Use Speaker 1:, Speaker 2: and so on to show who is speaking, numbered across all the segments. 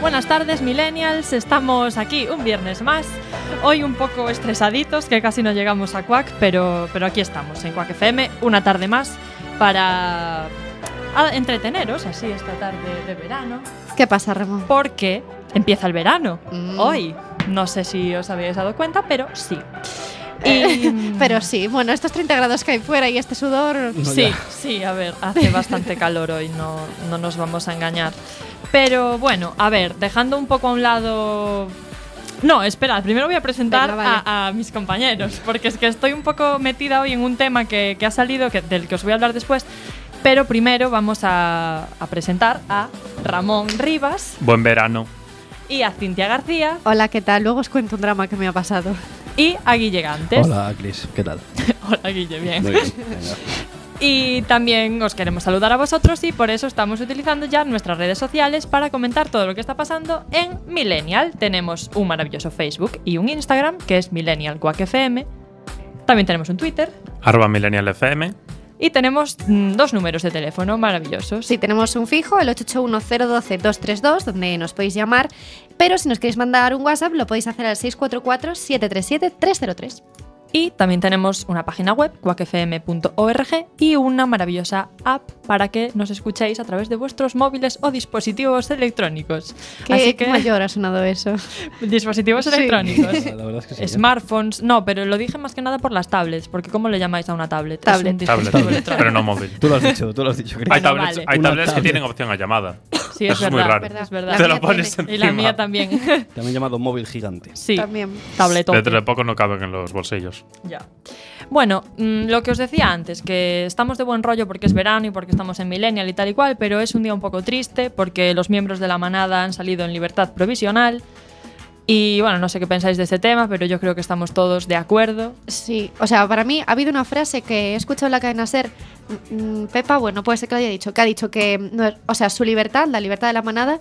Speaker 1: Buenas tardes, millennials. Estamos aquí un viernes más. Hoy un poco estresaditos, que casi no llegamos a Quack, pero, pero aquí estamos en Quack FM, una tarde más para a- entreteneros así esta tarde de verano,
Speaker 2: ¿Qué pasa, Ramón?
Speaker 1: porque empieza el verano
Speaker 2: Mm.
Speaker 1: hoy. No sé si os habéis dado cuenta, pero sí.
Speaker 2: Eh, Pero sí, bueno, estos 30 grados que hay fuera y este sudor.
Speaker 1: Sí, sí, a ver, hace bastante calor hoy, no, no nos vamos a engañar. Pero bueno, a ver, dejando un poco a un lado... No, espera, primero voy a presentar
Speaker 2: Venga, vale.
Speaker 1: a, a mis compañeros, porque es que estoy un poco metida hoy en un tema que, que ha salido, que, del que os voy a hablar después. Pero primero vamos a, a presentar a Ramón Rivas
Speaker 3: Buen verano.
Speaker 1: y a Cintia García
Speaker 2: Hola, ¿qué tal? Luego os cuento un drama que me ha pasado.
Speaker 1: y a Guille Gantes.
Speaker 4: Hola, Chris, ¿qué tal?
Speaker 1: Hola, Guille, bien.
Speaker 4: Muy bien. venga.
Speaker 1: Y también os queremos saludar a vosotros y por eso estamos utilizando ya nuestras redes sociales para comentar todo lo que está pasando en Millennial. Tenemos un maravilloso Facebook y un Instagram que es Millennial Quack FM. También tenemos un Twitter
Speaker 3: Arroba Millennial FM.
Speaker 1: y tenemos mm, dos números de teléfono maravillosos.
Speaker 2: Sí, tenemos un fijo, el 881-012-232, donde nos podéis llamar. Pero si nos queréis mandar un WhatsApp, lo podéis hacer al 644-737-303.
Speaker 1: Y también tenemos una página web, quackfm.org, y una maravillosa app para que nos escuchéis a través de vuestros móviles o dispositivos electrónicos.
Speaker 2: ¿Qué
Speaker 1: Así que,
Speaker 2: mayor ha sonado eso?
Speaker 1: dispositivos
Speaker 2: Sí.
Speaker 1: electrónicos.
Speaker 4: La verdad es que sí. ¿eh?
Speaker 1: Smartphones, no, pero lo dije más que nada por las tablets, porque ¿cómo le llamáis a una tablet?
Speaker 2: Tablet.
Speaker 1: Es un dispositivo
Speaker 3: Tablet,
Speaker 1: electrónico.
Speaker 3: pero no móvil.
Speaker 4: Tú lo has dicho, tú lo has dicho, Chris.
Speaker 3: Hay
Speaker 1: Bueno,
Speaker 3: tablets,
Speaker 1: vale.
Speaker 3: hay
Speaker 4: Una
Speaker 3: tablets que
Speaker 4: tablet.
Speaker 3: tienen opción a llamada.
Speaker 1: Sí, es
Speaker 3: Eso es muy
Speaker 1: verdad.
Speaker 3: raro.
Speaker 1: Es verdad.
Speaker 2: La
Speaker 3: Te lo
Speaker 2: mía
Speaker 3: pones
Speaker 2: tiene.
Speaker 1: y
Speaker 3: encima.
Speaker 1: la mía también.
Speaker 4: También llamado móvil gigante.
Speaker 1: sí,
Speaker 2: También.
Speaker 1: tabletón.
Speaker 3: Dentro de poco no caben en los bolsillos.
Speaker 1: Ya. Bueno, mm, lo que os decía antes, que estamos de buen rollo porque es verano y porque estamos en Millennial y tal y cual, pero es un día un poco triste porque los miembros de la manada han salido en libertad provisional. Y bueno, no sé qué pensáis de este tema, pero yo creo que estamos todos de acuerdo.
Speaker 2: Sí, o sea, para mí ha habido una frase que he escuchado en la cadena ser mm, mm, Pepa, bueno, puede ser que lo haya dicho, que ha dicho que, mm, no es- o sea, su libertad, la libertad de la manada,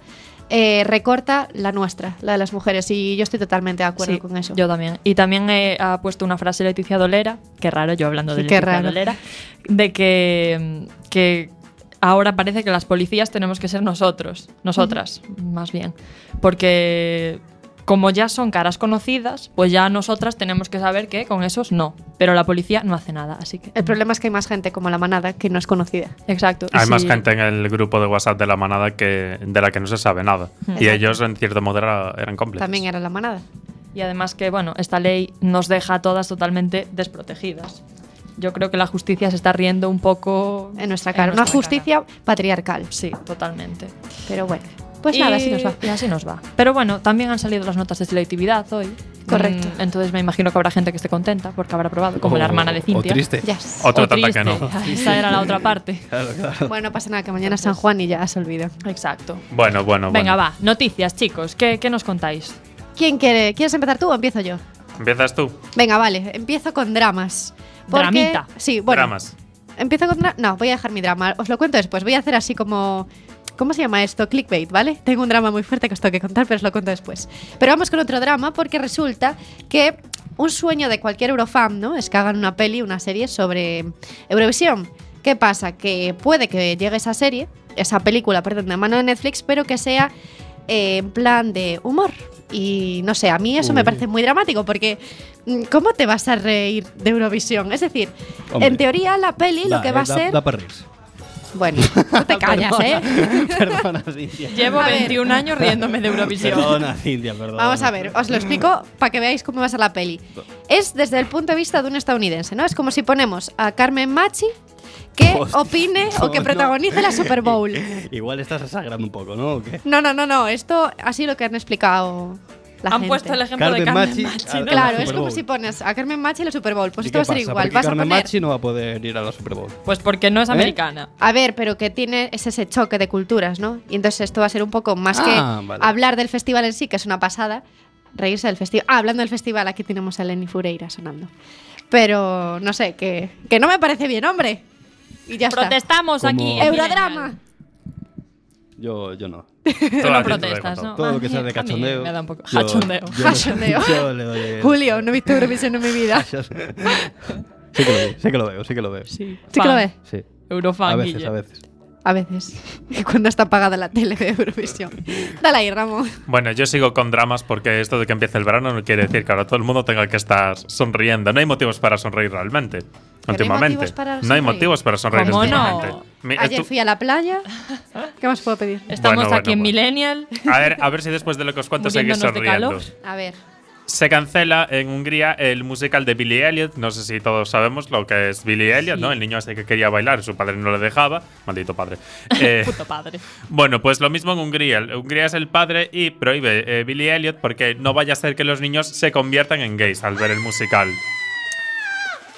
Speaker 2: eh, recorta la nuestra, la de las mujeres, y yo estoy totalmente de acuerdo
Speaker 1: Sí,
Speaker 2: con eso.
Speaker 1: Yo también. Y también eh, ha puesto una frase Leticia Dolera, qué raro yo hablando de
Speaker 2: Qué
Speaker 1: Leticia
Speaker 2: raro.
Speaker 1: Dolera, de que, que ahora parece que las policías tenemos que ser nosotros, nosotras, más bien. Porque como ya son caras conocidas, pues ya nosotras tenemos que saber que con esos no. Pero la policía no hace nada, así que... mm,
Speaker 2: El problema es que hay más gente como la manada que no es conocida.
Speaker 1: Exacto.
Speaker 3: Hay más
Speaker 1: Sí.
Speaker 3: gente en el grupo de WhatsApp de la manada que de la que no se sabe nada. Y
Speaker 2: Exacto.
Speaker 3: ellos, en cierto modo, era- eran cómplices.
Speaker 2: También era la manada.
Speaker 1: Y además que, bueno, esta ley nos deja a todas totalmente desprotegidas. Yo creo que la justicia se está riendo un poco...
Speaker 2: En nuestra cara. Una
Speaker 1: nuestra
Speaker 2: justicia patriarcal.
Speaker 1: Sí, totalmente.
Speaker 2: Pero bueno. Pues nada, así nos va.
Speaker 1: Y así nos va. Pero bueno, también han salido las notas de selectividad hoy.
Speaker 2: Correcto.
Speaker 1: Mm, entonces me imagino que habrá gente que esté contenta porque habrá probado, como la
Speaker 4: O-
Speaker 1: hermana de Cintia.
Speaker 4: O triste.
Speaker 2: Yes.
Speaker 3: Otro
Speaker 1: O
Speaker 3: tanta que
Speaker 1: triste.
Speaker 3: no.
Speaker 1: Esa era la otra parte.
Speaker 4: Claro, claro.
Speaker 2: Bueno, no pasa nada, que mañana es San Juan y ya se olvida.
Speaker 1: Exacto.
Speaker 3: Bueno,
Speaker 4: Ah,
Speaker 3: bueno,
Speaker 1: Venga,
Speaker 3: bueno.
Speaker 1: va. Noticias, chicos. ¿Qué, qué nos contáis?
Speaker 2: ¿Quién quiere? ¿Quieres empezar tú o empiezo yo?
Speaker 3: ¿Empiezas tú?
Speaker 2: Venga, vale, empiezo con dramas. Porque-
Speaker 1: Dramita.
Speaker 2: Sí, bueno.
Speaker 3: Dramas.
Speaker 2: Empiezo con dra- No, voy a dejar mi drama. Os lo cuento después. Voy a hacer así como. ¿Cómo se llama esto? Clickbait, ¿vale? Tengo un drama muy fuerte que os tengo que contar, pero os lo cuento después. Pero vamos con otro drama porque resulta que un sueño de cualquier Eurofan, ¿no? Es que hagan una peli, una serie sobre Eurovisión. ¿Qué pasa? Que puede que llegue esa serie, esa película, perdón, de mano de Netflix, pero que sea eh, en plan de humor. Y no sé, a mí eso me
Speaker 4: Uy.
Speaker 2: parece muy dramático porque mm, ¿cómo te vas a reír de Eurovisión? Es decir,
Speaker 4: Hombre.
Speaker 2: en teoría la peli lo
Speaker 4: Da,
Speaker 2: que va
Speaker 4: eh,
Speaker 2: a
Speaker 4: da-
Speaker 2: ser...
Speaker 4: Da para reírse.
Speaker 2: Bueno, no te callas, ¿eh?
Speaker 4: Perdona, Cintia.
Speaker 1: Llevo
Speaker 2: A ver.
Speaker 1: 21 años riéndome de Eurovisión.
Speaker 4: Perdona, Cintia, perdona.
Speaker 2: Vamos a ver, os lo explico para que veáis cómo va a ser la peli. Es desde el punto de vista de un estadounidense, ¿no? Es como si ponemos a Carmen Machi que
Speaker 4: Hostia,
Speaker 2: opine o que
Speaker 4: no.
Speaker 2: protagonice la Super Bowl.
Speaker 4: Igual estás exagerando un poco, ¿no? ¿O qué?
Speaker 2: No, no, no, no, esto así lo que han explicado la
Speaker 1: Han
Speaker 2: gente.
Speaker 1: puesto el ejemplo de
Speaker 4: Carmen
Speaker 1: Carmen
Speaker 4: Machi,
Speaker 1: Machi, ¿no?
Speaker 4: a la
Speaker 2: Claro, es
Speaker 4: Super
Speaker 2: como
Speaker 4: Bowl.
Speaker 2: si pones a Carmen Machi en la Super Bowl. Pues
Speaker 4: ¿Y
Speaker 2: esto va a
Speaker 4: qué
Speaker 2: ser
Speaker 4: pasa?
Speaker 2: igual.
Speaker 4: Porque
Speaker 2: Vas a
Speaker 4: Carmen
Speaker 2: poner...
Speaker 4: Machi no va a poder ir a la Super Bowl.
Speaker 1: Pues porque no es
Speaker 4: ¿Eh?
Speaker 1: americana.
Speaker 2: A ver, pero que tiene es ese choque de culturas, ¿no? Y entonces esto va a ser un poco más
Speaker 4: Ah,
Speaker 2: que
Speaker 4: vale.
Speaker 2: hablar del festival en sí, que es una pasada, reírse del festival. Ah, hablando del festival, aquí tenemos a Lenny Fureira sonando. Pero no sé, que, que no me parece bien, hombre. Y ya
Speaker 1: Protestamos
Speaker 4: Como-
Speaker 1: aquí. en
Speaker 2: Eurodrama.
Speaker 1: Millennial.
Speaker 4: Yo, yo no.
Speaker 1: Tú
Speaker 3: Toda
Speaker 1: no
Speaker 3: la gente lo he
Speaker 1: protestas,
Speaker 3: contado.
Speaker 1: ¿no?
Speaker 4: Todo lo
Speaker 1: A
Speaker 4: que
Speaker 1: mí-
Speaker 4: sea
Speaker 1: a mí
Speaker 4: de cachondeo.
Speaker 1: Me da un poco.
Speaker 4: yo-
Speaker 1: Hachondeo.
Speaker 4: yo-
Speaker 2: Hachondeo.
Speaker 4: yo le doy-
Speaker 2: Julio, no he visto Eurovisión en mi vida.
Speaker 4: sí que lo veo, sí que lo veo, sí que lo veo.
Speaker 2: ¿Sí
Speaker 1: Sí,
Speaker 2: que lo
Speaker 1: fan.
Speaker 2: ves?
Speaker 4: Sí.
Speaker 1: Eurofan,
Speaker 4: A veces,
Speaker 1: Guille.
Speaker 4: a veces.
Speaker 2: a veces, cuando está apagada la tele de Eurovisión. Dale ahí, Ramón.
Speaker 3: Bueno, yo sigo con dramas porque esto de que empiece el verano no quiere decir que ahora todo el mundo tenga que estar sonriendo. No hay motivos para sonreír realmente.
Speaker 2: hay
Speaker 3: últimamente.
Speaker 2: motivos para
Speaker 3: no hay
Speaker 2: sonreír.
Speaker 3: motivos para sonreír
Speaker 1: ¿Cómo no?
Speaker 3: últimamente. Mi-
Speaker 2: Ayer
Speaker 3: estu-
Speaker 2: fui a la playa. ¿Qué más puedo pedir?
Speaker 1: Estamos
Speaker 3: Bueno,
Speaker 1: aquí
Speaker 3: bueno,
Speaker 1: en
Speaker 3: bueno.
Speaker 1: Millennial.
Speaker 3: a, ver, a ver si después de lo que os cuento seguís
Speaker 1: Muriéndonos de
Speaker 3: sonriendo.
Speaker 1: calor.
Speaker 4: Eh.
Speaker 2: A ver.
Speaker 3: Se cancela en Hungría el musical de Billy Elliot. No sé si todos sabemos lo que es Billy Elliot,
Speaker 1: Sí.
Speaker 3: ¿no? El niño este que quería bailar, su padre no le dejaba. Maldito padre. Eh,
Speaker 1: Puto padre.
Speaker 3: Bueno, pues lo mismo en Hungría. Hungría es el padre y prohíbe eh, Billy Elliot porque no vaya a ser que los niños se conviertan en gays al ver el musical.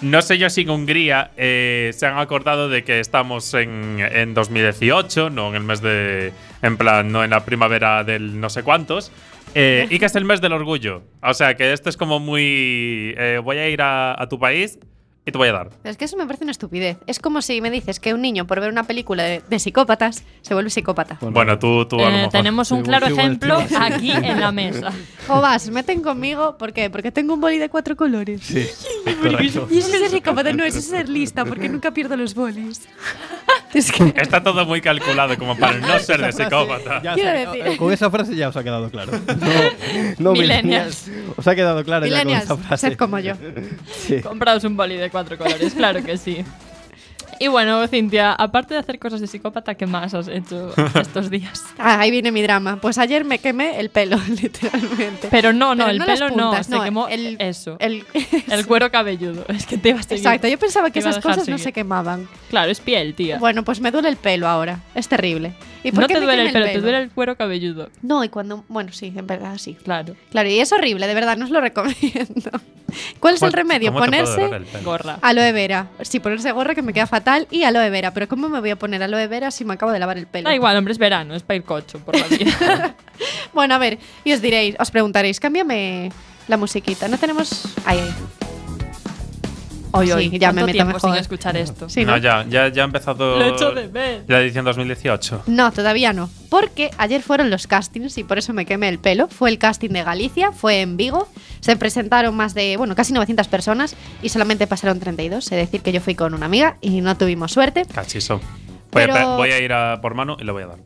Speaker 3: No sé yo si en Hungría eh, se han acordado de que estamos en, en 2018, no en el mes de. En plan, no en la primavera del no sé cuántos. eh, y que es el mes del orgullo. O sea, que esto es como muy. eh, voy a ir a, a tu país y te voy a dar.
Speaker 2: Pero es que eso me parece una estupidez. Es como si me dices que un niño por ver una película de, de psicópatas se vuelve psicópata.
Speaker 3: Bueno, tú, tú a lo
Speaker 1: Eh,
Speaker 3: mejor.
Speaker 1: tenemos un
Speaker 4: Igual-
Speaker 1: claro
Speaker 4: igual,
Speaker 1: ejemplo
Speaker 4: tío.
Speaker 1: aquí en la mesa.
Speaker 2: O vas, meten conmigo, ¿por qué? Porque tengo un boli de cuatro colores.
Speaker 4: Sí, correcto.
Speaker 2: Y eso es ser psicópata, no, eso es ser lista, porque nunca pierdo los bolis. Es que...
Speaker 3: Está todo muy calculado como para no ser de psicópata.
Speaker 4: Ya
Speaker 2: Quiero
Speaker 4: se-
Speaker 2: decir-
Speaker 4: Con esa frase ya os ha quedado claro. No, no
Speaker 1: Millennials.
Speaker 4: millennials. Os ha quedado claro ya con
Speaker 2: Millennials,
Speaker 4: esa frase.
Speaker 2: sed como yo.
Speaker 4: Sí.
Speaker 1: Compraos un boli de cuatro colores, claro que sí. Y bueno, Cintia, aparte de hacer cosas de psicópata, ¿qué más has hecho estos días?
Speaker 2: Ah, ahí viene mi drama. Pues ayer me quemé el pelo, literalmente.
Speaker 1: Pero no, no,
Speaker 2: Pero
Speaker 1: el
Speaker 2: no las
Speaker 1: pelo no,
Speaker 2: puntas,
Speaker 1: se
Speaker 2: no,
Speaker 1: quemó
Speaker 2: el-
Speaker 1: eso. El,
Speaker 2: El-
Speaker 1: cuero cabelludo, es que te ibas a seguir.
Speaker 2: Exacto, yo pensaba que
Speaker 1: Te iba a
Speaker 2: esas
Speaker 1: dejar
Speaker 2: cosas no
Speaker 1: seguir.
Speaker 2: se quemaban.
Speaker 1: Claro, es piel, tía.
Speaker 2: Bueno, pues me duele el pelo ahora. Es terrible. ¿Y por
Speaker 1: no
Speaker 2: qué
Speaker 1: te
Speaker 2: me
Speaker 1: duele
Speaker 2: quemé
Speaker 1: el pelo, te duele el cuero cabelludo.
Speaker 2: No, y cuando. Bueno, sí, en verdad, sí.
Speaker 1: Claro,
Speaker 2: Claro, y es horrible, de verdad, no os lo recomiendo. ¿Cuál es el remedio?
Speaker 3: ¿Cómo te puede
Speaker 2: Ponerse
Speaker 3: doler el pelo?
Speaker 1: gorra.
Speaker 2: aloe vera. Sí, ponerse gorra que me queda fatal y aloe vera. Pero ¿cómo me voy a poner aloe vera si me acabo de lavar el pelo?
Speaker 1: Da igual, hombre, es verano, es para ir cocho por la vida.
Speaker 2: Bueno, a ver, y os diréis, os preguntaréis, cámbiame la musiquita. No tenemos. Ay, ay.
Speaker 1: Hoy,
Speaker 2: Sí,
Speaker 1: hoy,
Speaker 2: ya me
Speaker 1: ¿cuánto
Speaker 2: meto
Speaker 1: tiempo sin
Speaker 2: mejor.
Speaker 1: escuchar esto.
Speaker 2: Sí,
Speaker 3: no,
Speaker 2: ¿no?
Speaker 3: ya, ya, ya ha empezado
Speaker 1: Lo echo de ver.
Speaker 3: la edición 2018.
Speaker 2: No, todavía no. Porque ayer fueron los castings y por eso me quemé el pelo. Fue el casting de Galicia, fue en Vigo. Se presentaron más de, bueno, casi 900 personas y solamente pasaron 32. Es decir, que yo fui con una amiga y no tuvimos suerte.
Speaker 3: Cachizo. Voy,
Speaker 2: Pero-
Speaker 3: a, pe- voy a ir a por mano y le voy a dar.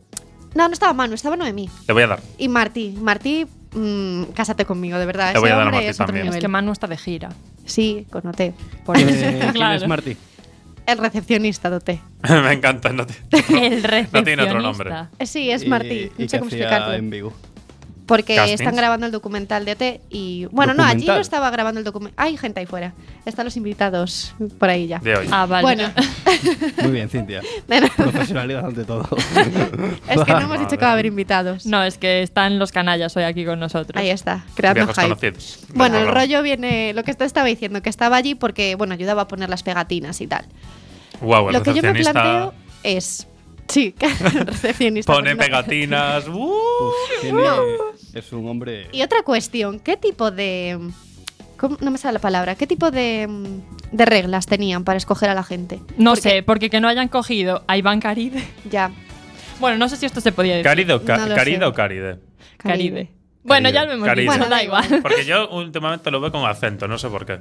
Speaker 2: No, no estaba Manu, estaba Noemí.
Speaker 3: Le voy a dar.
Speaker 2: Y Martí, Martí, mm, cásate conmigo, de verdad.
Speaker 3: Te voy
Speaker 2: Ese
Speaker 3: a dar a
Speaker 2: hombre
Speaker 3: Martí
Speaker 2: es otro
Speaker 3: también.
Speaker 1: Es
Speaker 2: nivel.
Speaker 1: que Manu está de gira.
Speaker 2: Sí, con OT.
Speaker 1: Por eso,
Speaker 4: Eh, ¿Quién
Speaker 1: claro.
Speaker 4: es Martí?
Speaker 2: El recepcionista de OT.
Speaker 3: Me encanta. No te-
Speaker 1: El recepcionista.
Speaker 3: No tiene otro nombre.
Speaker 2: Eh, Sí, es
Speaker 4: Y-
Speaker 2: Martí.
Speaker 4: ¿Y
Speaker 2: No
Speaker 4: qué
Speaker 2: sé cómo
Speaker 4: hacía
Speaker 2: explicarlo.
Speaker 4: en Vigo?
Speaker 2: Porque
Speaker 3: Castings.
Speaker 2: están grabando el documental de OT y. Bueno, no, allí
Speaker 4: ¿Documental?
Speaker 2: yo estaba grabando el documental. Hay gente ahí fuera. Están los invitados por ahí ya.
Speaker 3: De hoy.
Speaker 1: Ah, vale.
Speaker 2: Bueno,
Speaker 4: Muy bien, Cintia.
Speaker 2: de nada.
Speaker 4: Profesionalidad ante todo.
Speaker 2: es que no hemos dicho que va a haber
Speaker 3: Madre.
Speaker 2: invitados.
Speaker 1: No, es que están los canallas hoy aquí con nosotros.
Speaker 2: Ahí está, creando
Speaker 3: Viejos
Speaker 2: hype.
Speaker 3: conocidos.
Speaker 2: Bueno, el
Speaker 3: Programa.
Speaker 2: rollo viene. Lo que te estaba diciendo, que estaba allí porque, bueno, ayudaba a poner las pegatinas y tal.
Speaker 3: Guau, el
Speaker 2: lo que yo me
Speaker 3: recepcionista
Speaker 2: planteo es. Sí, el recepcionista.
Speaker 3: Pone
Speaker 2: poniendo
Speaker 3: pegatinas. ¡uh!
Speaker 4: Tiene- es un hombre.
Speaker 2: Y otra cuestión, ¿qué tipo de... ¿cómo? No me sale la palabra. ¿Qué tipo de, mm, de reglas tenían para escoger a la gente?
Speaker 1: No
Speaker 2: Porque-
Speaker 1: sé, porque que no hayan cogido a Iván Caride.
Speaker 2: Ya.
Speaker 1: Bueno, no sé si esto se podía decir.
Speaker 3: Carido, o ca-
Speaker 2: No lo
Speaker 3: Caride
Speaker 2: sé.
Speaker 3: o Caride.
Speaker 1: Caride. Bueno, ya lo hemos
Speaker 3: Caride.
Speaker 1: dicho,
Speaker 2: Bueno,
Speaker 1: da
Speaker 2: da
Speaker 1: igual.
Speaker 2: igual.
Speaker 3: Porque yo últimamente lo veo con acento, no sé por qué.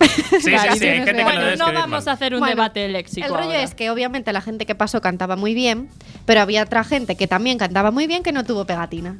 Speaker 3: Sí, sí,
Speaker 2: Claro,
Speaker 3: sí, hay
Speaker 2: tienes
Speaker 3: gente que
Speaker 2: razón.
Speaker 3: lo debe
Speaker 1: Bueno, no
Speaker 3: escribir
Speaker 1: vamos a
Speaker 3: mal.
Speaker 1: hacer un
Speaker 2: Bueno,
Speaker 1: debate léxico.
Speaker 2: El rollo
Speaker 1: ahora.
Speaker 2: es que obviamente la gente que pasó cantaba muy bien, pero había otra gente que también cantaba muy bien que no tuvo pegatina.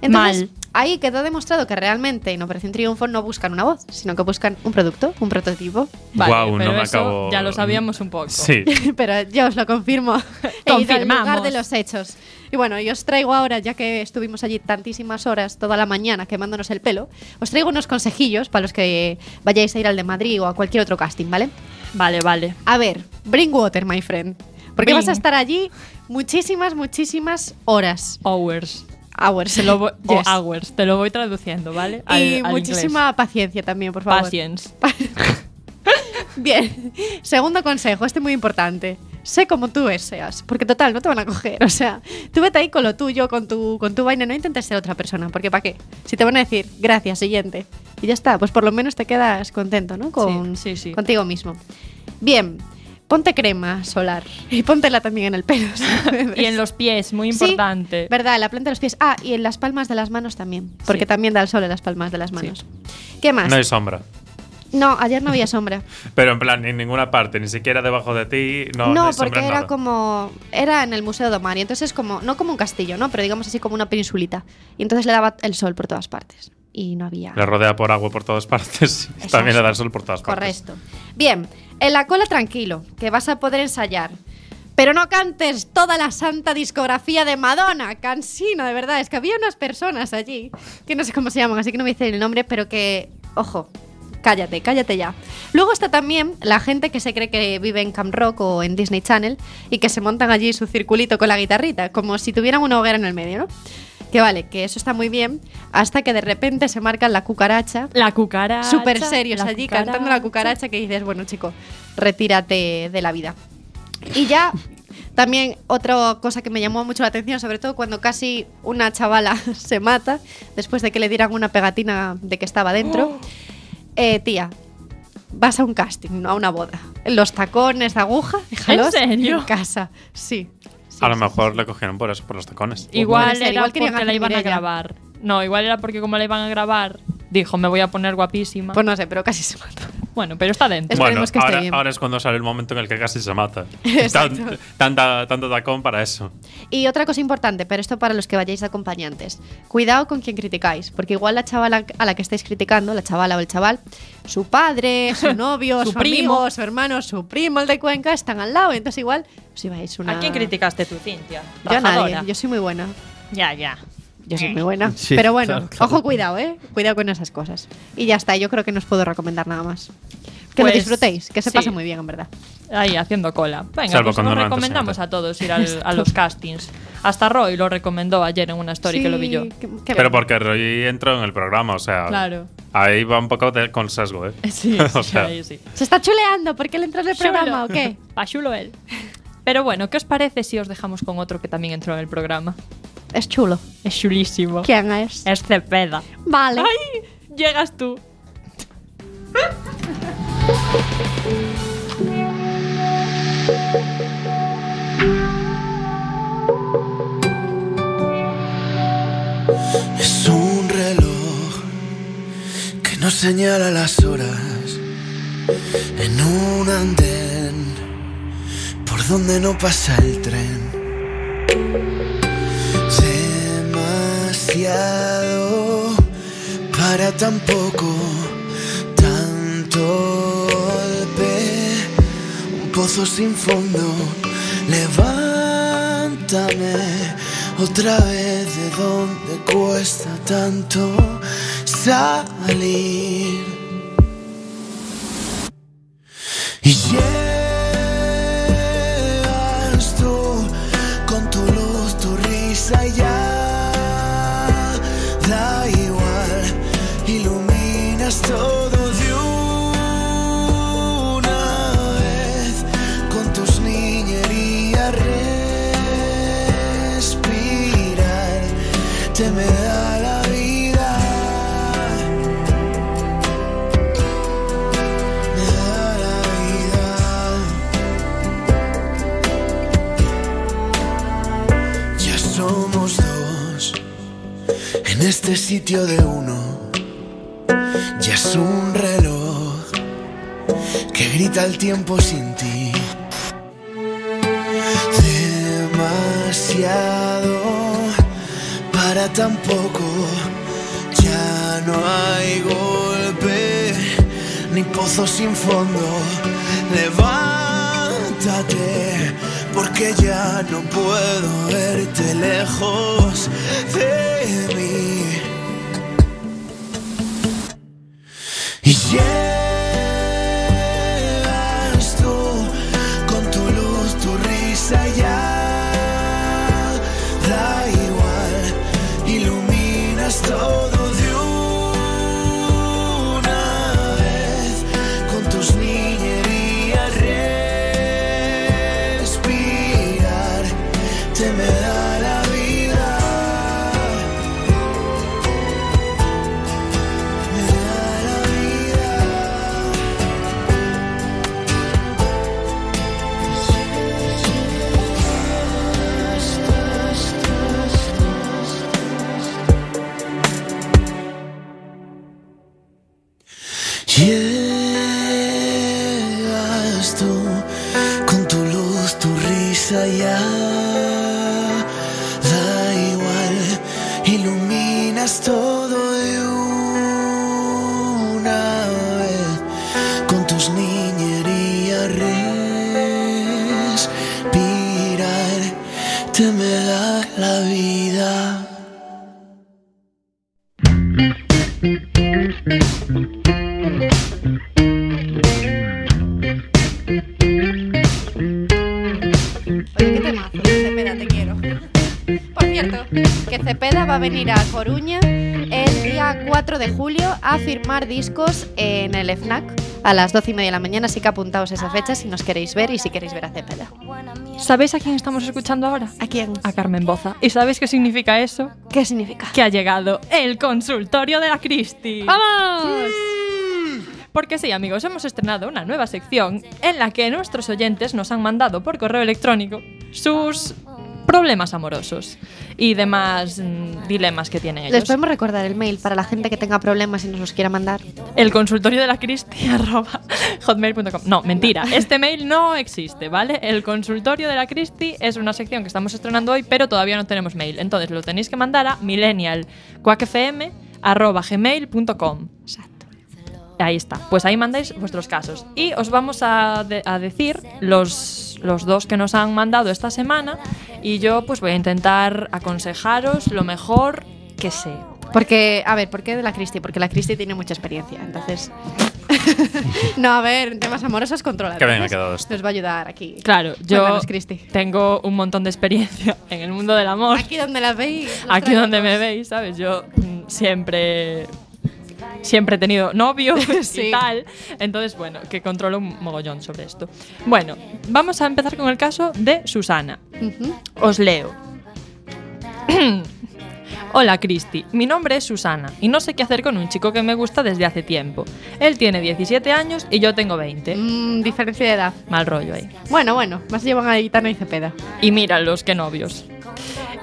Speaker 2: Entonces,
Speaker 1: Mal.
Speaker 2: ahí quedó demostrado que realmente en Operación Triunfo no buscan una voz, sino que buscan un producto, un prototipo.
Speaker 1: Vale,
Speaker 3: Guau, no
Speaker 1: pero
Speaker 3: me
Speaker 1: eso
Speaker 3: acabo-
Speaker 1: Ya lo sabíamos un poco.
Speaker 3: Sí.
Speaker 2: Pero yo os lo confirmo. He ido al lugar
Speaker 1: Confirmamos.
Speaker 2: de los hechos. Y bueno, y os traigo ahora, ya que estuvimos allí tantísimas horas, toda la mañana quemándonos el pelo, os traigo unos consejillos para los que vayáis a ir al de Madrid o a cualquier otro casting, ¿vale?
Speaker 1: Vale, vale.
Speaker 2: A ver, bring water, my friend. Porque
Speaker 1: Bring.
Speaker 2: vas a estar allí muchísimas, muchísimas horas.
Speaker 1: Hours.
Speaker 2: Hours.
Speaker 1: Te lo voy, o
Speaker 2: Yes.
Speaker 1: hours. Te lo voy traduciendo, ¿vale? Al-
Speaker 2: Y
Speaker 1: al inglés.
Speaker 2: muchísima paciencia también, por favor.
Speaker 1: Patience.
Speaker 2: Bien, segundo consejo, este muy importante. Sé como tú seas, porque total, no te van a coger. O sea, tú vete ahí con lo tuyo, con tu, con tu vaina, no intentes ser otra persona, porque ¿para qué? Si te van a decir, gracias, siguiente, y ya está, pues por lo menos te quedas contento, ¿no? Con,
Speaker 1: Sí, sí, sí.
Speaker 2: Contigo mismo. Bien, ponte crema solar y póntela también en el pelo. si puedes.
Speaker 1: Y en los pies, muy
Speaker 2: Sí,
Speaker 1: importante.
Speaker 2: ¿Verdad? En la planta de los pies. Ah, y en las palmas de las manos también, porque
Speaker 1: Sí.
Speaker 2: también da el sol en las palmas de las manos. ¿Qué más?
Speaker 3: No hay sombra.
Speaker 2: No, ayer no había sombra.
Speaker 3: Pero en plan, en ninguna parte, ni siquiera debajo de ti. No,
Speaker 2: no,
Speaker 3: hay sombra
Speaker 2: porque
Speaker 3: en
Speaker 2: era
Speaker 3: nada.
Speaker 2: como. Era en el Museo de Omar y entonces, como. No como un castillo, ¿no? Pero digamos así como una peninsulita. Y entonces le daba el sol por todas partes. Y no había.
Speaker 3: Le rodea por agua por todas partes. y También le da el sol por todas partes.
Speaker 2: Correcto. Bien, en la cola tranquilo, que vas a poder ensayar. Pero no cantes toda la santa discografía de Madonna, cansino, de verdad. Es que había unas personas allí, que no sé cómo se llaman, así que no me dicen el nombre, pero que, ojo, cállate, cállate ya. Luego está también la gente que se cree que vive en Camp Rock o en Disney Channel y que se montan allí su circulito con la guitarrita, como si tuvieran una hoguera en el medio, ¿no? Que vale, que eso está muy bien, hasta que de repente se marcan la cucaracha
Speaker 1: La cucaracha.
Speaker 2: súper serios
Speaker 1: la
Speaker 2: allí cantando la cucaracha que dices, bueno chico, retírate de la vida. Y ya también otra cosa que me llamó mucho la atención, sobre todo cuando casi una chavala se mata después de que le dieran una pegatina de que estaba dentro. Eh, tía, vas a un casting, no a una boda. Los tacones de aguja, déjalos
Speaker 1: serio?
Speaker 2: en casa. Sí. sí,
Speaker 3: A lo
Speaker 2: sí,
Speaker 3: mejor
Speaker 2: sí.
Speaker 3: le cogieron por eso, por los tacones.
Speaker 1: Igual
Speaker 2: Puede ser,
Speaker 1: era
Speaker 2: igual querían
Speaker 1: porque
Speaker 2: hacer
Speaker 1: la iban a
Speaker 2: Mireia.
Speaker 1: grabar. No, igual era porque como la iban a grabar, dijo, me voy a poner guapísima.
Speaker 2: Pues no sé, pero casi se mató.
Speaker 1: bueno, pero está dentro.
Speaker 2: Es- Esperemos
Speaker 3: bueno,
Speaker 2: que esté
Speaker 3: ahora,
Speaker 2: bien.
Speaker 3: ahora es cuando sale el momento en el que casi se mata.
Speaker 2: Exacto.
Speaker 3: Tan- tanta, tanto tacón para eso.
Speaker 2: Y otra cosa importante, pero esto para los que vayáis de acompañantes. Cuidado con quien criticáis, porque igual la chavala a la que estáis criticando, la chavala o el chaval, su padre, su novio,
Speaker 1: Su
Speaker 2: su,
Speaker 1: primo.
Speaker 2: amigo, su hermano, su primo, el de Cuenca, están al lado. Entonces igual, os ibais una...
Speaker 1: ¿A quién criticaste tú, Cintia?
Speaker 2: Yo a nadie,
Speaker 1: Rajadora.
Speaker 2: yo soy muy buena.
Speaker 1: Ya, ya.
Speaker 2: Yo soy muy buena.
Speaker 4: Sí,
Speaker 2: pero bueno,
Speaker 4: claro, claro.
Speaker 2: ojo, cuidado, ¿eh? Cuidado con esas cosas. Y ya está, yo creo que no os puedo recomendar nada más. Que
Speaker 1: Pues,
Speaker 2: lo disfrutéis, que se
Speaker 1: sí.
Speaker 2: pase muy bien, en verdad.
Speaker 1: Ahí, haciendo cola. Venga,
Speaker 3: Salvo
Speaker 1: pues
Speaker 3: cuando
Speaker 1: nos
Speaker 3: no
Speaker 1: recomendamos
Speaker 3: entusiasma.
Speaker 1: a todos ir al- a los castings. Hasta Roy lo recomendó ayer en una story que lo vi yo.
Speaker 2: Sí, que- que
Speaker 3: Pero
Speaker 2: bien.
Speaker 3: porque Roy entró en el programa, o sea.
Speaker 1: Claro.
Speaker 3: Ahí va un poco de- con sesgo, ¿eh?
Speaker 1: Sí, sí,
Speaker 3: O sea,
Speaker 1: ahí sí.
Speaker 2: ¿Se está chuleando? ¿Por qué le entras en el programa o qué?
Speaker 1: Pachulo Ah, él. Pero bueno, ¿qué os parece si os dejamos con otro que también entró en el programa?
Speaker 2: Es chulo.
Speaker 1: Es chulísimo.
Speaker 2: ¿Quién es?
Speaker 1: Es Cepeda.
Speaker 2: Vale.
Speaker 1: ¡Ay! Llegas tú.
Speaker 5: Es un reloj que no señala las horas en un andén por donde no pasa el tren. Demasiado para tan poco, tanto golpe, un pozo sin fondo. Levántame otra vez de donde cuesta tanto salir. Y llegas tú con tu luz, tu risa y ya da igual, iluminas todo de una vez con tus niñerías respirar te me da la vida. Me da la vida. Ya somos dos en este sitio de uno. Ya es un reloj que grita el tiempo sin ti. Demasiado para tan poco. Ya no hay golpe ni pozo sin fondo. Levántate porque ya no puedo verte lejos de mí. Y llegas tú con tu luz, tu risa ya da igual, iluminas todo de una vez con tus niñerías respirar te me da la vida, me da la vida. Yeah.
Speaker 6: iluminas todo de una vez con tus niñerías respirar te me da la vida.
Speaker 2: Oye, qué temazo. Cepeda, te quiero. Por cierto, que Cepeda va a venir a Coruña el día 4 de julio a firmar discos en el FNAC a las 12 y media de la mañana, así que apuntaos esa fecha si nos queréis ver y si queréis ver a Cepeda.
Speaker 1: ¿Sabéis a quién estamos escuchando ahora?
Speaker 2: ¿A quién?
Speaker 1: A Carmen Boza. ¿Y sabéis qué significa eso?
Speaker 2: ¿Qué significa?
Speaker 1: Que ha llegado el consultorio de la Cristi.
Speaker 2: ¡Vamos!
Speaker 1: Porque sí, amigos, hemos estrenado una nueva sección en la que nuestros oyentes nos han mandado por correo electrónico sus problemas amorosos y demás mm, dilemas que tienen
Speaker 2: ¿Les
Speaker 1: ellos.
Speaker 2: podemos recordar el mail para la gente que tenga problemas y nos los quiera mandar?
Speaker 1: El consultorio de la Cristi arroba hotmail.com. No, mentira. Este mail no existe, ¿vale? El consultorio de la Cristi es una sección que estamos estrenando hoy, pero todavía no tenemos mail. Entonces lo tenéis que mandar a millennialquackfm.gmail.com.
Speaker 2: Exacto.
Speaker 1: Ahí está. Pues ahí mandáis vuestros casos. Y os vamos a, de- a decir los, los dos que nos han mandado esta semana. Y yo pues voy a intentar aconsejaros lo mejor que sé.
Speaker 2: Porque, a ver, ¿por qué de la Cristi? Porque la Cristi tiene mucha experiencia, entonces. no, a ver, en temas amorosos controla.
Speaker 3: Qué bien
Speaker 2: ¿ves?
Speaker 3: ha quedado esto.
Speaker 2: Nos va a ayudar aquí.
Speaker 1: Claro, yo
Speaker 2: Cuéntanos, Cristi.
Speaker 1: tengo un montón de experiencia en el mundo del amor.
Speaker 2: Aquí donde la veis. lo
Speaker 1: Aquí
Speaker 2: traemos.
Speaker 1: donde me veis, ¿sabes? Yo mm, siempre... Siempre he tenido novio
Speaker 2: Sí.
Speaker 1: y tal. Entonces, bueno, que controlo un mogollón sobre esto. Bueno, vamos a empezar con el caso de Susana.
Speaker 2: Ujú.
Speaker 1: Os leo. Hola Cristi, mi nombre es Susana y no sé qué hacer con un chico que me gusta desde hace tiempo. Él tiene 17 años y yo tengo 20.
Speaker 2: Mm, diferencia de edad.
Speaker 1: Mal rollo ahí.
Speaker 2: Bueno, bueno, más llevan a Gitana y Cepeda.
Speaker 1: Y mira los que novios.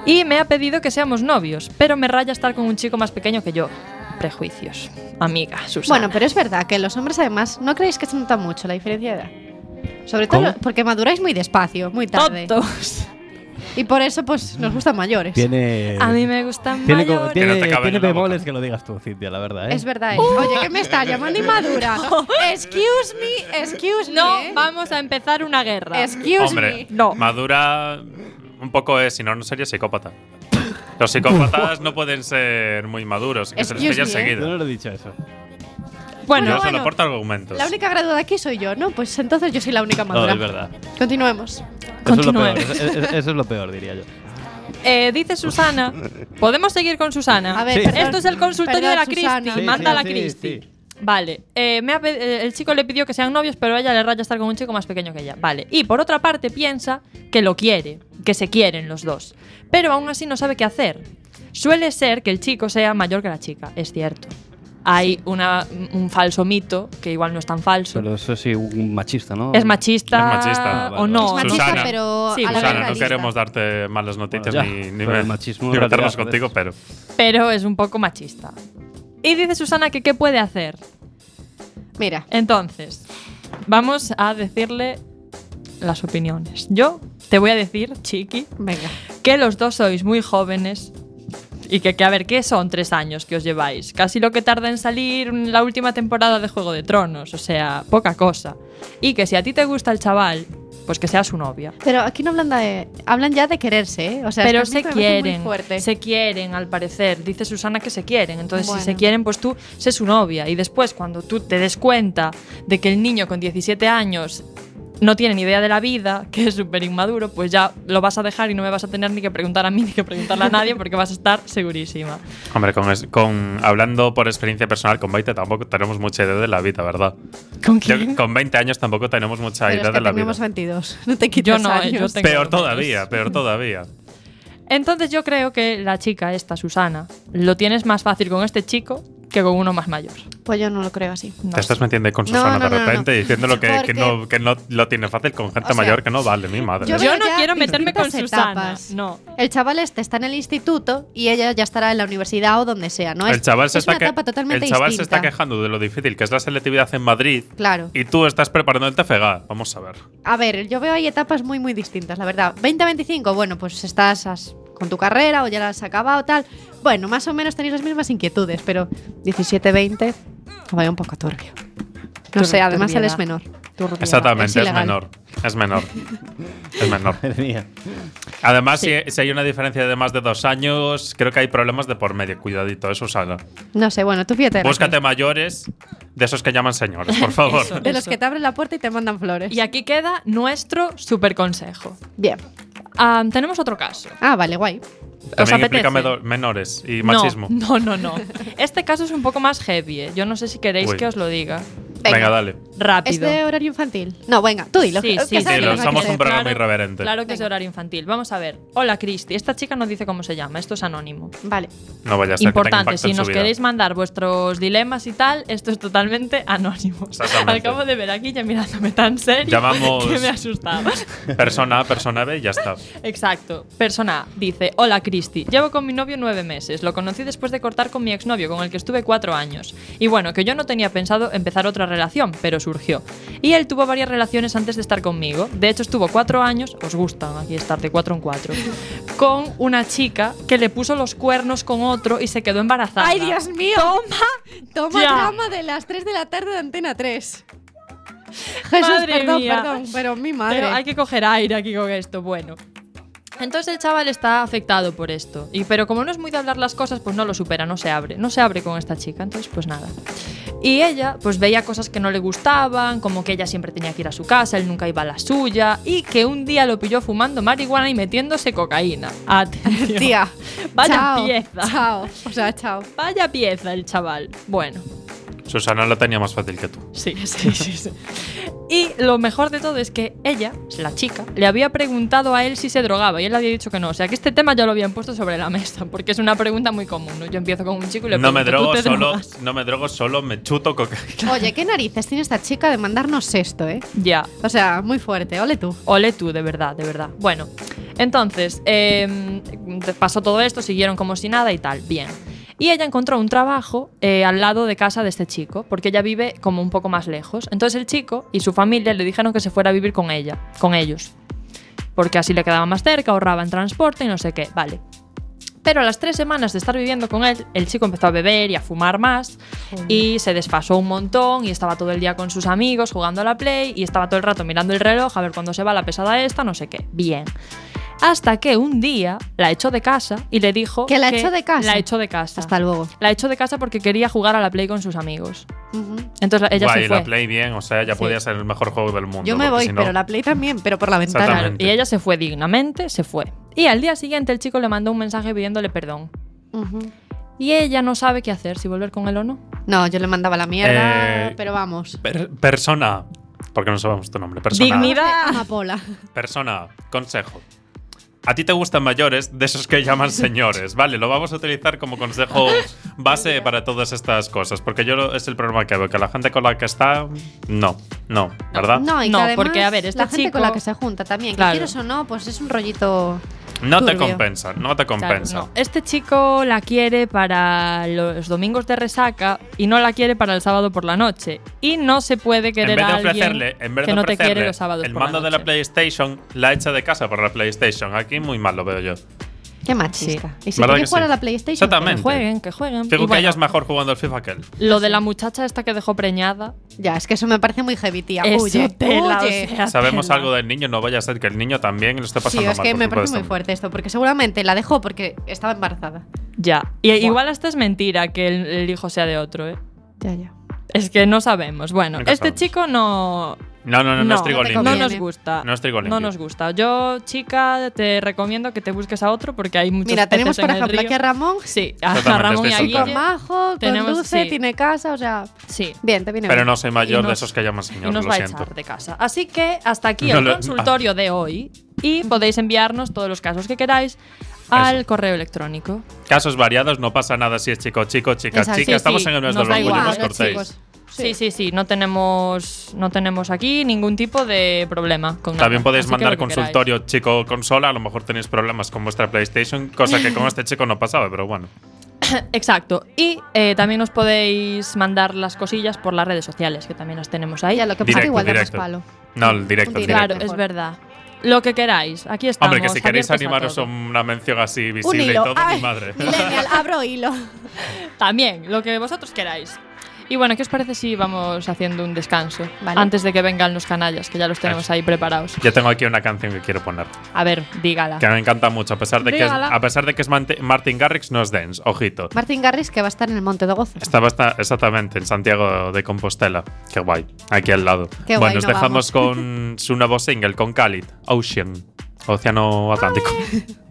Speaker 1: Y me ha pedido que seamos novios, pero me raya estar con un chico más pequeño que yo. Prejuicios. Amiga, Susana.
Speaker 2: Bueno, pero es verdad que los hombres, además, no creéis que se nota mucho la diferencia de edad. Sobre todo
Speaker 4: ¿Cómo?
Speaker 2: porque maduráis muy despacio, muy tarde.
Speaker 1: tontos.
Speaker 2: Y por eso, pues, nos gustan mayores.
Speaker 4: Tiene.
Speaker 1: A mí me gustan
Speaker 4: Tiene, co-
Speaker 1: mayores.
Speaker 4: tiene,
Speaker 3: Que no te caben
Speaker 4: tiene
Speaker 3: en la boca.
Speaker 4: bemoles que lo digas tú, Cintia, la verdad. ¿eh?
Speaker 2: Es verdad, ¿eh? Oye, que me está llamando inmadura. excuse me, excuse me.
Speaker 1: No,
Speaker 2: ¿eh?
Speaker 1: vamos a empezar una guerra.
Speaker 2: Excuse
Speaker 3: Hombre,
Speaker 2: me.
Speaker 1: No.
Speaker 3: madura un poco es, si no, no sería psicópata. Los psicópatas no pueden ser muy maduros, que se les
Speaker 2: Excuse
Speaker 3: pilla
Speaker 2: me, ¿eh?
Speaker 4: Yo
Speaker 3: enseguida.
Speaker 4: no lo he dicho eso.
Speaker 1: Bueno,
Speaker 3: Yo
Speaker 2: bueno.
Speaker 3: solo aporto argumentos.
Speaker 2: La única graduada aquí soy yo, ¿no? Pues entonces yo soy la única
Speaker 4: No,
Speaker 2: madura.
Speaker 4: es verdad.
Speaker 2: Continuemos.
Speaker 4: Eso es, lo
Speaker 1: Continúe.
Speaker 4: peor, eso, es- eso es lo peor, diría yo.
Speaker 1: Eh, dice Susana. ¿Podemos seguir con Susana?
Speaker 2: A ver,
Speaker 4: Sí.
Speaker 2: perdón.
Speaker 1: Esto es el
Speaker 2: Perdón,
Speaker 1: consultorio de la
Speaker 2: Susana.
Speaker 1: Cristi.
Speaker 4: Sí,
Speaker 1: Manda
Speaker 4: sí,
Speaker 1: la
Speaker 4: sí,
Speaker 1: Cristi.
Speaker 4: sí.
Speaker 1: Vale, eh, me ha pe- eh, el chico le pidió que sean novios, pero a ella le raya estar con un chico más pequeño que ella. Vale, y por otra parte piensa que lo quiere, que se quieren los dos, pero aún así no sabe qué hacer. Suele ser que el chico sea mayor que la chica, es cierto. Hay una, mm, un falso mito, que igual no es tan falso.
Speaker 4: Pero eso sí, un machista, ¿no?
Speaker 1: es machista,
Speaker 3: Es machista.
Speaker 1: o no.
Speaker 2: Es machista,
Speaker 3: Susana.
Speaker 2: pero
Speaker 1: Sí,
Speaker 2: a la vez
Speaker 3: Susana, no
Speaker 2: realista.
Speaker 3: queremos darte malas noticias
Speaker 4: Bueno, ya,
Speaker 3: ni, ni,
Speaker 4: pero
Speaker 3: me-
Speaker 4: el machismo
Speaker 3: ni
Speaker 4: es
Speaker 3: meternos
Speaker 4: realidad,
Speaker 3: contigo, pero
Speaker 1: pero es un poco machista. Y dice Susana que qué puede hacer.
Speaker 2: Mira,
Speaker 1: Entonces, vamos a decirle las opiniones. Yo te voy a decir, Chiqui,
Speaker 2: venga.
Speaker 1: que los dos sois muy jóvenes y que, que, a ver, ¿qué son tres años que os lleváis? Casi lo que tarda en salir la última temporada de Juego de Tronos, o sea, poca cosa. Y que si a ti te gusta el chaval, pues que sea su novia.
Speaker 2: Pero aquí no hablan de. Hablan ya de quererse, ¿eh? O sea,
Speaker 1: Pero
Speaker 2: es que a mí
Speaker 1: se
Speaker 2: me parece muy
Speaker 1: quieren,
Speaker 2: fuerte.
Speaker 1: se quieren al parecer. Dice Susana que se quieren. Entonces,
Speaker 2: Bueno.
Speaker 1: si se quieren, pues tú sé su novia. Y después, cuando tú te des cuenta de que el niño con 17 años no tiene ni idea de la vida, que es súper inmaduro, pues ya lo vas a dejar y no me vas a tener ni que preguntar a mí ni que preguntarle a nadie porque vas a estar segurísima.
Speaker 3: Hombre, con, es- con- hablando por experiencia personal, con 20 tampoco tenemos mucha idea de la vida, ¿verdad?
Speaker 1: ¿Con
Speaker 3: Yo-
Speaker 1: quién?
Speaker 3: con 20 años tampoco tenemos mucha
Speaker 2: Pero es
Speaker 3: idea
Speaker 2: que
Speaker 3: de la vida.
Speaker 2: tenemos 22. No te quites
Speaker 1: Yo no, eh, yo
Speaker 2: años.
Speaker 1: tengo-
Speaker 3: Peor todavía, peor todavía.
Speaker 1: Entonces yo creo que la chica esta, Susana, lo tienes más fácil con este chico que con uno más mayor.
Speaker 2: Pues yo no lo creo así.
Speaker 1: No
Speaker 3: Te
Speaker 1: sé.
Speaker 3: estás metiendo ahí con
Speaker 2: No, no,
Speaker 3: Susana
Speaker 2: no,
Speaker 3: de
Speaker 2: no,
Speaker 3: repente
Speaker 2: no.
Speaker 3: y diciéndolo que, que
Speaker 2: Porque-
Speaker 3: no, que no lo tiene fácil con gente
Speaker 2: O sea,
Speaker 3: mayor que no vale, mi madre.
Speaker 1: Yo
Speaker 2: veo
Speaker 1: no
Speaker 2: ya
Speaker 1: quiero meterme con
Speaker 2: distintas
Speaker 1: Susana,
Speaker 2: etapas.
Speaker 1: no.
Speaker 2: El chaval este está en el instituto y ella ya estará en la universidad o donde sea, ¿no?
Speaker 3: el
Speaker 2: Es-
Speaker 3: chaval, se,
Speaker 2: es
Speaker 3: está
Speaker 2: una
Speaker 3: que-
Speaker 2: etapa totalmente
Speaker 3: el chaval se
Speaker 2: distinta.
Speaker 3: está quejando de lo difícil que es la selectividad en Madrid
Speaker 2: Claro.
Speaker 3: y tú estás preparando el TFG. Vamos a ver.
Speaker 2: A ver, yo veo ahí etapas muy, muy distintas, la verdad. 20 a 25, bueno, pues estás as- con tu carrera o ya la has acabado tal. Bueno, más o menos tenéis las mismas inquietudes, pero 17, 20, lo veo un poco turbio. No sé, además él es menor.
Speaker 1: Turbia.
Speaker 3: Exactamente,
Speaker 2: Es
Speaker 3: es,
Speaker 2: ilegal.
Speaker 3: menor. Es menor. es menor.
Speaker 4: Madre mía.
Speaker 3: Además, si, si hay una diferencia de más de dos años, creo que hay problemas de por medio. Cuidadito, eso Susana.
Speaker 2: No sé, bueno, tú fíjate.
Speaker 3: Búscate mayores de esos que llaman señores, por favor.
Speaker 1: Eso.
Speaker 2: De los que te abren la puerta y te mandan flores.
Speaker 1: Y aquí queda nuestro super consejo.
Speaker 2: Bien.
Speaker 1: tenemos otro caso.
Speaker 2: Ah, vale, guay.
Speaker 1: ¿Os
Speaker 3: También
Speaker 1: apetece?
Speaker 3: implícame do- menores y
Speaker 1: No,
Speaker 3: machismo.
Speaker 1: No, no, no. Este caso es un poco más heavy. eh. Yo no sé si queréis
Speaker 3: Uy.
Speaker 1: que os lo diga.
Speaker 3: Venga,
Speaker 2: Venga.
Speaker 3: dale.
Speaker 2: ¿Es
Speaker 1: Rápido.
Speaker 2: de horario infantil? No, venga, tú dilo.
Speaker 1: Sí,
Speaker 2: que
Speaker 1: sí,
Speaker 2: sabes
Speaker 1: sí,
Speaker 2: Este, lo
Speaker 1: lo-
Speaker 2: que
Speaker 1: somos
Speaker 2: quieres.
Speaker 3: un programa irreverente.
Speaker 1: Claro que es de
Speaker 2: Venga.
Speaker 1: horario infantil. Vamos a ver. Hola, Cristi. Esta chica no dice cómo se llama. Esto es anónimo.
Speaker 2: Vale.
Speaker 3: No vayas a ser que tenga
Speaker 1: Importante,
Speaker 3: impacto
Speaker 1: si
Speaker 3: en su
Speaker 1: nos
Speaker 3: vida.
Speaker 1: queréis mandar vuestros dilemas y tal, esto es totalmente anónimo.
Speaker 3: Exactamente.
Speaker 1: Al cabo de ver aquí ya mirándome tan serio
Speaker 3: Llamamos-
Speaker 1: que me asustaba.
Speaker 3: Persona A, persona B y ya está.
Speaker 1: Exacto. Persona A dice, hola Cristi, llevo con mi novio nueve meses, lo conocí después de cortar con mi exnovio con el que estuve cuatro años. Y bueno, que yo no tenía pensado empezar otra relación, pero surgió. Y él tuvo varias relaciones antes de estar conmigo, de hecho estuvo cuatro años, os gustan aquí estar de cuatro en cuatro, con una chica que le puso los cuernos con otro y se quedó embarazada.
Speaker 2: ¡Ay, Dios mío! Toma, toma
Speaker 1: Ya.
Speaker 2: drama de las 3 de la tarde de Antena 3. Jesús,
Speaker 1: Madre
Speaker 2: perdón,
Speaker 1: mía.
Speaker 2: perdón, pero mi madre.
Speaker 1: Pero hay que coger aire aquí con esto, bueno. Entonces el chaval está afectado por esto, y, pero como no es muy de hablar las cosas, pues no lo supera, no se abre, no se abre con esta chica, entonces pues nada. Y ella pues veía cosas que no le gustaban, como que ella siempre tenía que ir a su casa, él nunca iba a la suya, y que un día lo pilló fumando marihuana y metiéndose cocaína. Atención.
Speaker 2: Tía,
Speaker 1: Vaya
Speaker 2: chao,
Speaker 1: pieza.
Speaker 2: Chao, o sea, chao.
Speaker 1: Vaya pieza el chaval. Bueno.
Speaker 3: Susana lo tenía más fácil que tú.
Speaker 1: Sí, sí, sí, sí. Y lo mejor de todo es que ella, la chica, le había preguntado a él si se drogaba y él le había dicho que no. O sea, que este tema ya lo habían puesto sobre la mesa, porque es una pregunta muy común. ¿no? Yo empiezo con un chico y le
Speaker 3: No me
Speaker 1: pregunto,
Speaker 3: drogo
Speaker 1: "¿Tú te
Speaker 3: solo,
Speaker 1: drogas?".
Speaker 3: no me drogo solo, me chuto cocaína.
Speaker 2: Oye, qué narices tiene esta chica de mandarnos esto, ¿eh?
Speaker 1: Ya.
Speaker 2: O sea, muy fuerte, ole tú.
Speaker 1: Ole tú, de verdad, de verdad. Bueno, entonces, eh, pasó todo esto, siguieron como si nada y tal. Bien. Y ella encontró un trabajo eh, al lado de casa de este chico, porque ella vive como un poco más lejos. Entonces el chico y su familia le dijeron que se fuera a vivir con ella, con ellos. Porque así le quedaba más cerca, ahorraba en transporte y no sé qué. Vale. Pero a las tres semanas de estar viviendo con él, el chico empezó a beber y a fumar más y se desfasó un montón y estaba todo el día con sus amigos jugando a la Play y estaba todo el rato mirando el reloj a ver cuándo se va la pesada esta, no sé qué. Bien. Hasta que un día la echó de casa y le dijo
Speaker 2: ¿Que la echó de casa?
Speaker 1: La echó de casa.
Speaker 2: Hasta luego.
Speaker 1: la echó de casa porque quería jugar a la Play con sus amigos.
Speaker 2: Ujú.
Speaker 1: Entonces la- ella
Speaker 3: Guay,
Speaker 1: se fue.
Speaker 3: la play bien, o sea, ya podía ser el mejor juego del mundo.
Speaker 2: Yo me
Speaker 3: porque
Speaker 2: voy,
Speaker 3: si no-
Speaker 2: pero la Play también, pero por la ventana.
Speaker 1: Claro,
Speaker 3: Exactamente.
Speaker 1: y ella se fue dignamente, se fue. Y al día siguiente el chico le mandó un mensaje pidiéndole perdón.
Speaker 2: Ujú.
Speaker 1: Y ella no sabe qué hacer, si volver con él o no.
Speaker 2: No, yo le mandaba la mierda,
Speaker 3: Eh,
Speaker 2: pero vamos.
Speaker 3: Per- persona A. Porque no sabemos tu nombre. Persona A.
Speaker 1: Dignidad. Mira.
Speaker 2: Amapola.
Speaker 3: Persona A, consejo. A ti te gustan mayores de esos que llaman señores, ¿vale? Lo vamos a utilizar como consejo base para todas estas cosas, porque yo lo- es el problema que veo, que la gente con la que está, no, no, ¿verdad?
Speaker 2: No, y que
Speaker 1: No,
Speaker 2: además,
Speaker 1: porque, a ver, este
Speaker 2: la gente con
Speaker 1: chico-
Speaker 2: la que se junta también,
Speaker 1: Claro.
Speaker 2: que quieres o no, pues es un rollito.
Speaker 3: No te
Speaker 2: Turbio.
Speaker 3: compensa, no te
Speaker 1: Claro,
Speaker 3: compensa.
Speaker 1: no. Este chico la quiere para los domingos de resaca y no la quiere para el sábado por la noche. Y no se puede
Speaker 3: En
Speaker 1: querer
Speaker 3: vez de
Speaker 1: a alguien
Speaker 3: ofrecerle, en vez de
Speaker 1: que no te
Speaker 3: ofrecerle
Speaker 1: quiere los sábados
Speaker 3: el
Speaker 1: por la
Speaker 3: mando de
Speaker 1: noche.
Speaker 3: la PlayStation, la echa de casa por la PlayStation. Aquí muy mal lo veo yo.
Speaker 2: Qué machista. Y si
Speaker 3: ¿Verdad
Speaker 2: quieres
Speaker 3: que
Speaker 2: jugar a
Speaker 3: sí?
Speaker 2: la PlayStation,
Speaker 1: Que
Speaker 3: Exactamente.
Speaker 1: jueguen, que jueguen. Y
Speaker 3: Fijo que
Speaker 1: bueno,
Speaker 3: ella es mejor jugando al FIFA que él.
Speaker 1: Lo de la muchacha esta que dejó preñada.
Speaker 2: Ya, es que eso me parece muy heavy, tía.
Speaker 1: eso
Speaker 2: Huye,
Speaker 1: tela,
Speaker 2: huye.
Speaker 1: o sea,
Speaker 3: Sabemos
Speaker 1: tela.
Speaker 3: algo del niño, no vaya a ser que el niño también lo esté
Speaker 2: Sí,
Speaker 3: pasando
Speaker 2: es
Speaker 3: mal,
Speaker 2: que
Speaker 3: por
Speaker 2: me
Speaker 3: culpa de
Speaker 2: parece muy
Speaker 3: esta
Speaker 2: fuerte esto, porque seguramente la dejó porque estaba embarazada.
Speaker 1: Ya. Y igual hasta es mentira que el, el hijo sea de otro, ¿eh?
Speaker 2: Ya, ya.
Speaker 1: Es que no sabemos. Bueno,
Speaker 3: Nunca
Speaker 1: este
Speaker 3: sabemos.
Speaker 1: chico no,
Speaker 3: No, no, no, no,
Speaker 1: No,
Speaker 3: es trigo
Speaker 2: no te
Speaker 3: limpio.
Speaker 1: no
Speaker 2: Conviene.
Speaker 1: nos gusta.
Speaker 3: No es trigo
Speaker 1: No
Speaker 3: limpio.
Speaker 1: nos gusta. Yo, chica, te recomiendo que te busques a otro porque hay muchos
Speaker 2: Mira, tenemos
Speaker 1: peces en
Speaker 2: por
Speaker 1: el
Speaker 2: ejemplo
Speaker 1: río.
Speaker 2: aquí a Ramón,
Speaker 1: Sí, a
Speaker 3: Totalmente,
Speaker 1: Ramón y a
Speaker 3: estoy
Speaker 1: Guille.
Speaker 3: soltero.
Speaker 2: con majo,
Speaker 1: Tenemos-
Speaker 2: conduce,
Speaker 1: sí.
Speaker 2: tiene casa, o sea,
Speaker 1: Sí.
Speaker 2: bien, te viene
Speaker 3: Pero
Speaker 2: bien.
Speaker 3: no soy mayor
Speaker 1: Y nos-
Speaker 3: de esos que llaman
Speaker 1: y
Speaker 3: señor,
Speaker 1: nos
Speaker 3: lo
Speaker 1: va a
Speaker 3: siento.
Speaker 1: echar de casa. Así que hasta aquí
Speaker 3: No
Speaker 1: el
Speaker 3: lo-
Speaker 1: consultorio de hoy y podéis enviarnos todos los casos que queráis al correo electrónico.
Speaker 3: Casos variados, no pasa nada si es chico, chico, chica,
Speaker 2: Exacto.
Speaker 3: chica.
Speaker 1: Sí,
Speaker 3: estamos
Speaker 1: sí,
Speaker 3: en el mes
Speaker 1: nos
Speaker 3: del
Speaker 1: da
Speaker 3: orgullo,
Speaker 1: igual,
Speaker 3: no os
Speaker 1: los
Speaker 3: cortéis.
Speaker 2: chicos.
Speaker 1: Sí, sí, sí, no tenemos no tenemos aquí ningún tipo de problema con nada.
Speaker 3: También podéis
Speaker 1: Así que
Speaker 3: mandar
Speaker 1: lo que
Speaker 3: consultorio chico consola, a lo mejor tenéis problemas con vuestra PlayStation, cosa que con este chico no pasaba, pero bueno.
Speaker 1: queráis. Exacto. Y eh, también os podéis mandar las cosillas por las redes sociales, que también las tenemos ahí.
Speaker 2: Ya, lo que pasa
Speaker 3: Directo,
Speaker 2: que igual damos
Speaker 3: directo.
Speaker 2: palo.
Speaker 3: No, el directo, el
Speaker 2: Directo.
Speaker 1: Claro,
Speaker 3: directo.
Speaker 1: es
Speaker 2: Mejor.
Speaker 1: verdad. Lo que queráis. Aquí estamos.
Speaker 3: Hombre, que si
Speaker 1: abiertos
Speaker 3: queréis
Speaker 1: a
Speaker 3: animaros a
Speaker 1: todo.
Speaker 3: una mención así
Speaker 2: Un
Speaker 3: visible y
Speaker 2: hilo.
Speaker 3: todo,
Speaker 2: Ay,
Speaker 3: mi madre.
Speaker 2: Millennial, abro hilo.
Speaker 1: También, lo que vosotros queráis. Y bueno, ¿qué os parece si vamos haciendo un descanso?
Speaker 2: Vale.
Speaker 1: Antes de que vengan los canallas, que ya los tenemos ahí preparados.
Speaker 3: Yo tengo aquí una canción que quiero poner,
Speaker 1: A ver, dígala.
Speaker 3: que me encanta mucho, a pesar de que es,
Speaker 1: Dígala.
Speaker 3: a pesar de que es Mante- Martin Garrix, no es dance, ojito.
Speaker 2: Martín Garris, que va a estar en el Monte de Gozo.
Speaker 3: Estaba hasta- exactamente en Santiago de Compostela. Qué guay. Aquí al lado.
Speaker 2: Qué
Speaker 3: bueno,
Speaker 2: guay,
Speaker 3: nos
Speaker 2: no
Speaker 3: dejamos con su nuevo single, con Khalid, Ocean, Océano Atlántico.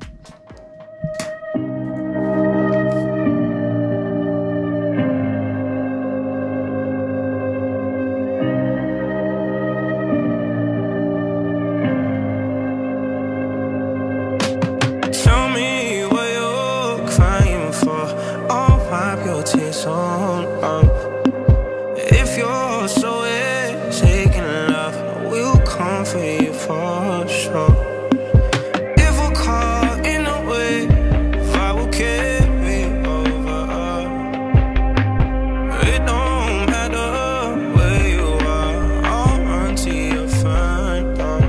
Speaker 5: Tell me what you're crying for. I'll wipe your tears on up. If you're so taking love, we'll come for you for sure. If we're caught in a wave, I will carry over us. It don't matter where you are, I'll run till you find out.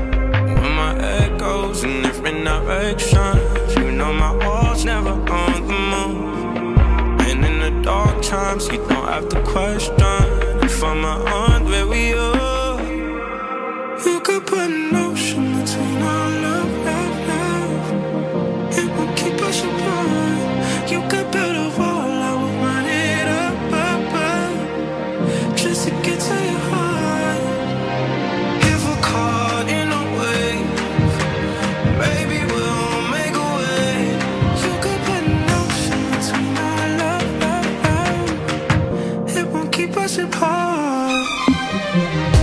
Speaker 5: When my head goes in different directions, you know my heart's never on the move. And in the dark times, you don't have to question if I'm around where we are. You could put an ocean between our love, love, love. It will keep us apart. You could build a wall, I will run it up, up, up. Just to get to your heart. If we're caught in a wave, maybe we'll make a way. You could put an ocean between our love, love, love. It won't keep us apart.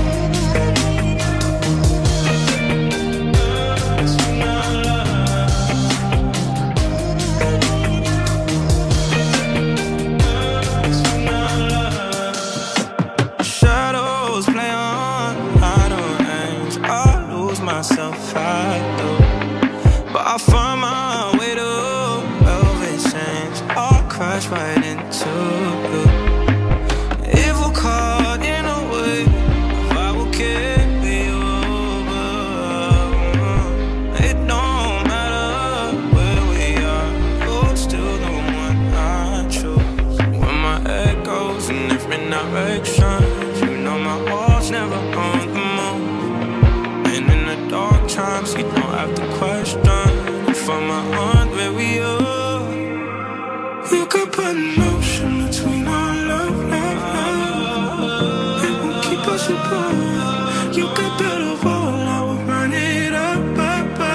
Speaker 5: Shadows play on, I don't end. I lose myself, I do. But I find my way to velvet sands. I'll crash right into you. If we're caught in a wave, I will carry you over. It don't matter where we are, you're still the one I choose. When my head goes in different directions, you know my heart's never on the move. And in the dark times, you don't have to question if I'm around where we are. You could put an ocean between our love, love, love. It won't keep us apart. You could build a wall, I will run it up, up, up.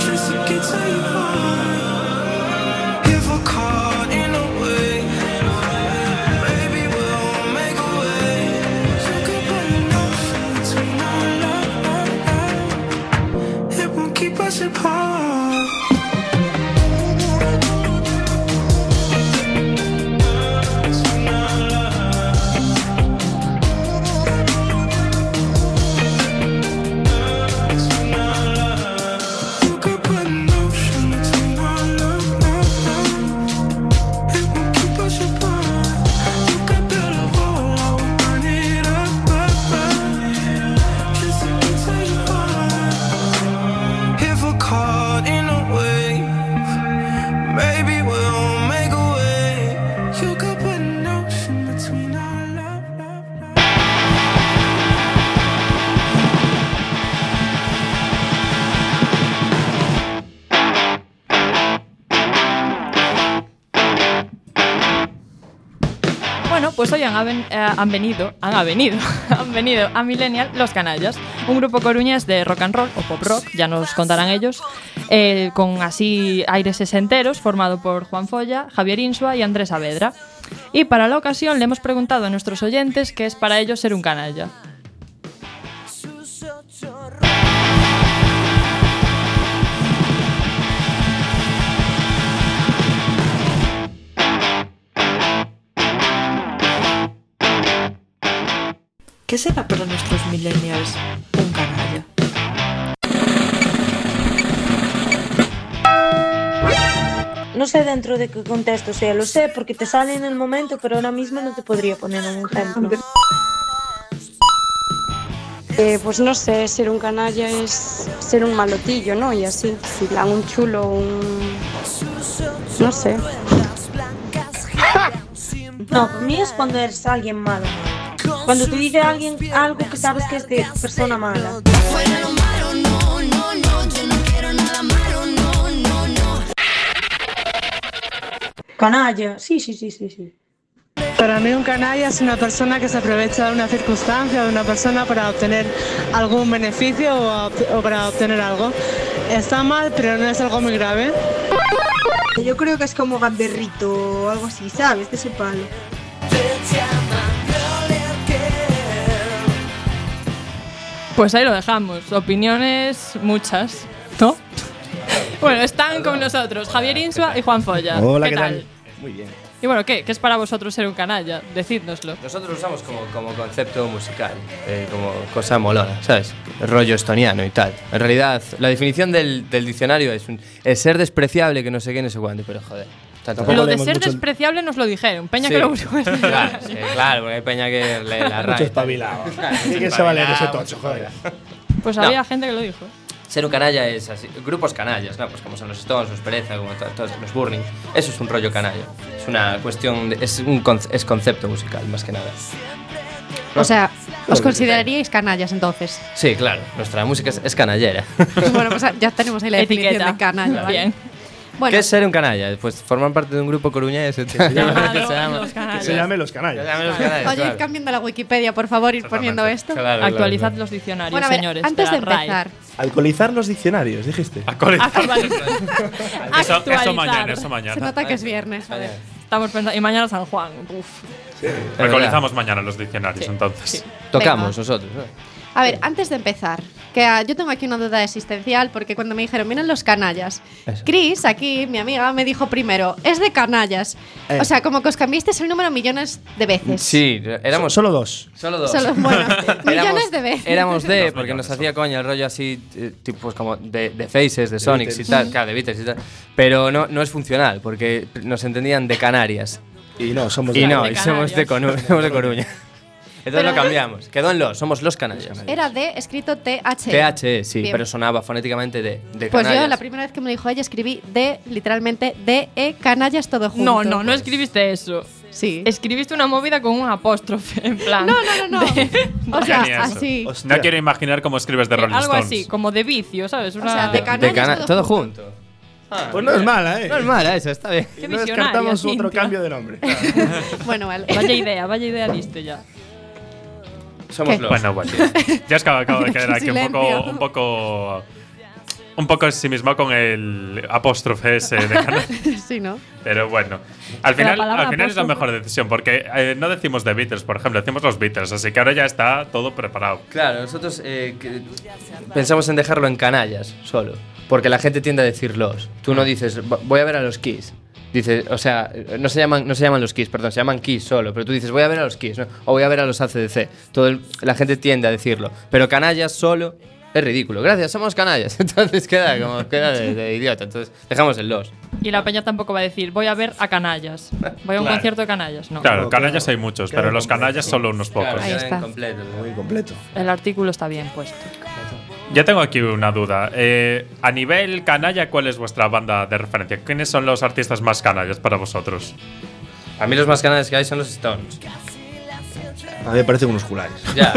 Speaker 5: Just to get to your heart. If we're caught in a way, maybe we'll make a way. You could put an ocean between our love, love, love. It won't keep us apart. You could put an ocean between our love, love, love. It won't keep us apart. You could build a wall, I will burn it up, up, up. Just to get to your heart. If we're caught in a wave, maybe we'll make a way. You could put an ocean between our love, love, love.
Speaker 1: Bueno, pues hoy han, aven- eh, han venido, han avenido, han venido a Millennial Los Canallas, un grupo coruñés de rock and roll o pop rock, ya nos contarán ellos, eh, con así aires sesenteros, formado por Juan Folla, Javier Insua y Andrés Saavedra. Y para la ocasión le hemos preguntado a nuestros oyentes qué es para ellos ser un canalla.
Speaker 7: ¿Qué será para nuestros millennials un canalla?
Speaker 8: No sé dentro de qué contexto sea, lo sé porque te sale en el momento, pero ahora mismo no te podría poner un ejemplo.
Speaker 9: Eh, pues no sé, ser un canalla es ser un malotillo, ¿no? Y así, en plan, un chulo, un... No sé.
Speaker 8: No, para mí es cuando eres alguien malo. Cuando te dice alguien algo que sabes que es de persona mala. Canalla, sí, sí, sí, sí, sí.
Speaker 10: Para mí un canalla es una persona que se aprovecha de una circunstancia o de una persona para obtener algún beneficio o, ob- o para obtener algo. Está mal, pero no es algo muy grave.
Speaker 7: Yo creo que es como gamberrito o algo así, ¿sabes? De ese palo.
Speaker 1: Pues ahí lo dejamos. Opiniones muchas, ¿no? bueno, están con nosotros Javier Insua y Juan Folla.
Speaker 5: Hola,
Speaker 1: ¿Qué, tal?
Speaker 5: Muy bien.
Speaker 1: Y bueno, ¿qué? ¿Qué es para vosotros ser un canalla? Decídnoslo.
Speaker 11: Nosotros lo usamos como, como concepto musical, eh, como cosa molona, ¿sabes? Rollo estoniano y tal. En realidad, la definición del, del diccionario es, un, es ser despreciable que no sé qué, no sé cuándo, pero joder. o sea, tampoco-
Speaker 1: Lo de ser despreciable nos lo dijeron. Peña
Speaker 11: Sí.
Speaker 1: que lo buscó.
Speaker 11: Claro, sí, claro, porque hay peña que lee la
Speaker 5: Mucho
Speaker 11: RAE.
Speaker 5: espabilado.
Speaker 11: Claro,
Speaker 5: Sí que se va a leer ese
Speaker 11: espabilado,
Speaker 5: tocho, joder.
Speaker 1: Pues
Speaker 11: No.
Speaker 1: había gente que lo dijo.
Speaker 11: Ser un canalla es así. Grupos canallas, ¿no? Pues como son los Stones, los Pereza, como to- todos los Burning. Eso es un rollo canalla. Es una cuestión, de- es un conce- es concepto musical, más que nada.
Speaker 2: O sea, ¿os consideraríais canallas entonces?
Speaker 11: Sí, claro, nuestra música es, es canallera.
Speaker 2: bueno, pues ya tenemos ahí la definición de canalla, ¿vale?
Speaker 1: Bien.
Speaker 2: Bueno,
Speaker 11: ¿Qué es ser un canalla? Pues formar parte de un grupo coruñés que se llama... que
Speaker 5: Que
Speaker 11: se llama-
Speaker 5: se llame los canallas.
Speaker 11: Que se llame los canallas,
Speaker 2: oye, ir
Speaker 11: claro.
Speaker 2: cambiando la Wikipedia, por favor, ir poniendo esto.
Speaker 11: Claro, claro,
Speaker 1: Actualizad
Speaker 11: claro.
Speaker 1: los diccionarios,
Speaker 2: Bueno, a ver,
Speaker 1: señores.
Speaker 2: antes de
Speaker 1: la RAE.
Speaker 2: empezar,
Speaker 5: Alcoholizar los diccionarios, dijiste.
Speaker 3: Eso, eso
Speaker 1: Actualizar.
Speaker 3: mañana, eso
Speaker 2: se
Speaker 3: mañana.
Speaker 2: nota que es viernes. a ver.
Speaker 1: Estamos pensando. Y mañana San Juan. Uf.
Speaker 3: Actualizamos mañana los diccionarios, entonces.
Speaker 11: Tocamos nosotros. eh. ¿no?
Speaker 2: A ver, antes de empezar, que ah, yo tengo aquí una duda existencial porque cuando me dijeron, miren los canallas, Chris, aquí, mi amiga, me dijo primero, es de canallas.
Speaker 5: Eh.
Speaker 2: O sea, como que os cambiasteis el número millones de veces.
Speaker 11: Sí, éramos...
Speaker 5: Solo dos.
Speaker 11: Solo dos.
Speaker 2: Solo, bueno, millones
Speaker 11: Éramos-
Speaker 2: de veces.
Speaker 11: Éramos de,
Speaker 3: Dos
Speaker 11: porque
Speaker 3: millones,
Speaker 11: nos hacía coña el rollo así, eh, tipo pues como de, de Faces, de Sonics
Speaker 5: Beatles.
Speaker 11: y tal, claro, de Beatles y tal. Pero no, no es funcional, porque nos entendían de Canarias.
Speaker 5: Y no, somos
Speaker 11: Y
Speaker 5: de-
Speaker 11: no,
Speaker 1: de
Speaker 11: y somos de, Conu- somos de Coruña. Entonces lo
Speaker 2: Pero-
Speaker 11: cambiamos. Quedó en los, somos los canallas.
Speaker 2: Era de escrito TH.
Speaker 11: THE, sí,
Speaker 2: Bien.
Speaker 11: pero sonaba fonéticamente de, de
Speaker 2: Pues yo
Speaker 11: canallas.
Speaker 2: la primera vez que me lo dijo ella escribí de, literalmente, de e canallas todo junto.
Speaker 1: No, no, no escribiste eso.
Speaker 2: Sí.
Speaker 1: Escribiste una movida con un apóstrofe, en plan.
Speaker 2: No, no, no, no. o sea,
Speaker 3: Ya ni eso.
Speaker 2: así. O
Speaker 3: No quiero imaginar cómo escribes de Rolling
Speaker 1: Algo
Speaker 3: Stones.
Speaker 1: así, como de vicio, ¿sabes? Una...
Speaker 2: sea, de canallas
Speaker 11: de cana-
Speaker 2: todo,
Speaker 11: todo
Speaker 2: junto.
Speaker 11: junto.
Speaker 5: Pues no es mala, ¿eh?
Speaker 11: Ah, No es mala esa, está bien.
Speaker 1: Qué
Speaker 5: No
Speaker 1: visionaria,
Speaker 5: descartamos
Speaker 1: Cintia.
Speaker 5: otro cambio de nombre.
Speaker 2: Bueno, vale.
Speaker 1: Vaya idea, vaya idea diste ya.
Speaker 11: Somos
Speaker 2: ¿Qué?
Speaker 11: los.
Speaker 3: Bueno, bueno. Ya es que acabo de quedar aquí un poco,
Speaker 2: Silencio.
Speaker 3: un poco. Un poco ensimismado con el apóstrofe ese de canal.
Speaker 2: sí, ¿no?
Speaker 3: Pero bueno, al
Speaker 1: Pero la
Speaker 3: final,
Speaker 1: palabra
Speaker 3: al final es la
Speaker 1: apóstrofe-
Speaker 3: mejor decisión, porque eh, no decimos The Beatles, por ejemplo, decimos los Beatles, así que ahora ya está todo preparado.
Speaker 11: Claro, nosotros eh, que- pensamos en dejarlo en canallas solo, porque la gente tiende a decir los. Tú no dices, "Va- voy a ver a los Kiss. Dices, o sea, eh, no se llaman, no se llaman los Kiss, perdón, se llaman Kiss solo, pero tú dices, voy a ver a los Kiss, ¿no? o voy a ver a los ACDC. Todo el- la gente tiende a decirlo, pero canallas solo es ridículo. Gracias, somos canallas. Entonces queda como queda de, de idiota. Entonces dejamos el los.
Speaker 1: Y la peña tampoco va a decir, voy a ver a canallas. Voy a un
Speaker 3: Claro.
Speaker 1: concierto de canallas. No.
Speaker 3: Claro,
Speaker 5: No,
Speaker 3: canallas
Speaker 5: claro.
Speaker 3: hay muchos,
Speaker 5: Claro,
Speaker 3: pero los
Speaker 5: completo.
Speaker 3: canallas solo unos pocos.
Speaker 11: Claro,
Speaker 2: Ahí
Speaker 11: queda
Speaker 2: está.
Speaker 11: Pues incompleto, ¿no?
Speaker 5: Muy completo.
Speaker 1: El artículo está bien puesto.
Speaker 3: Yo tengo aquí una duda. Eh, a nivel canalla, ¿cuál es vuestra banda de referencia? ¿Quiénes son los artistas más canallas para vosotros?
Speaker 11: A mí los más canallas que hay son los Stones.
Speaker 5: A mí me parecen unos julares.
Speaker 11: Ya,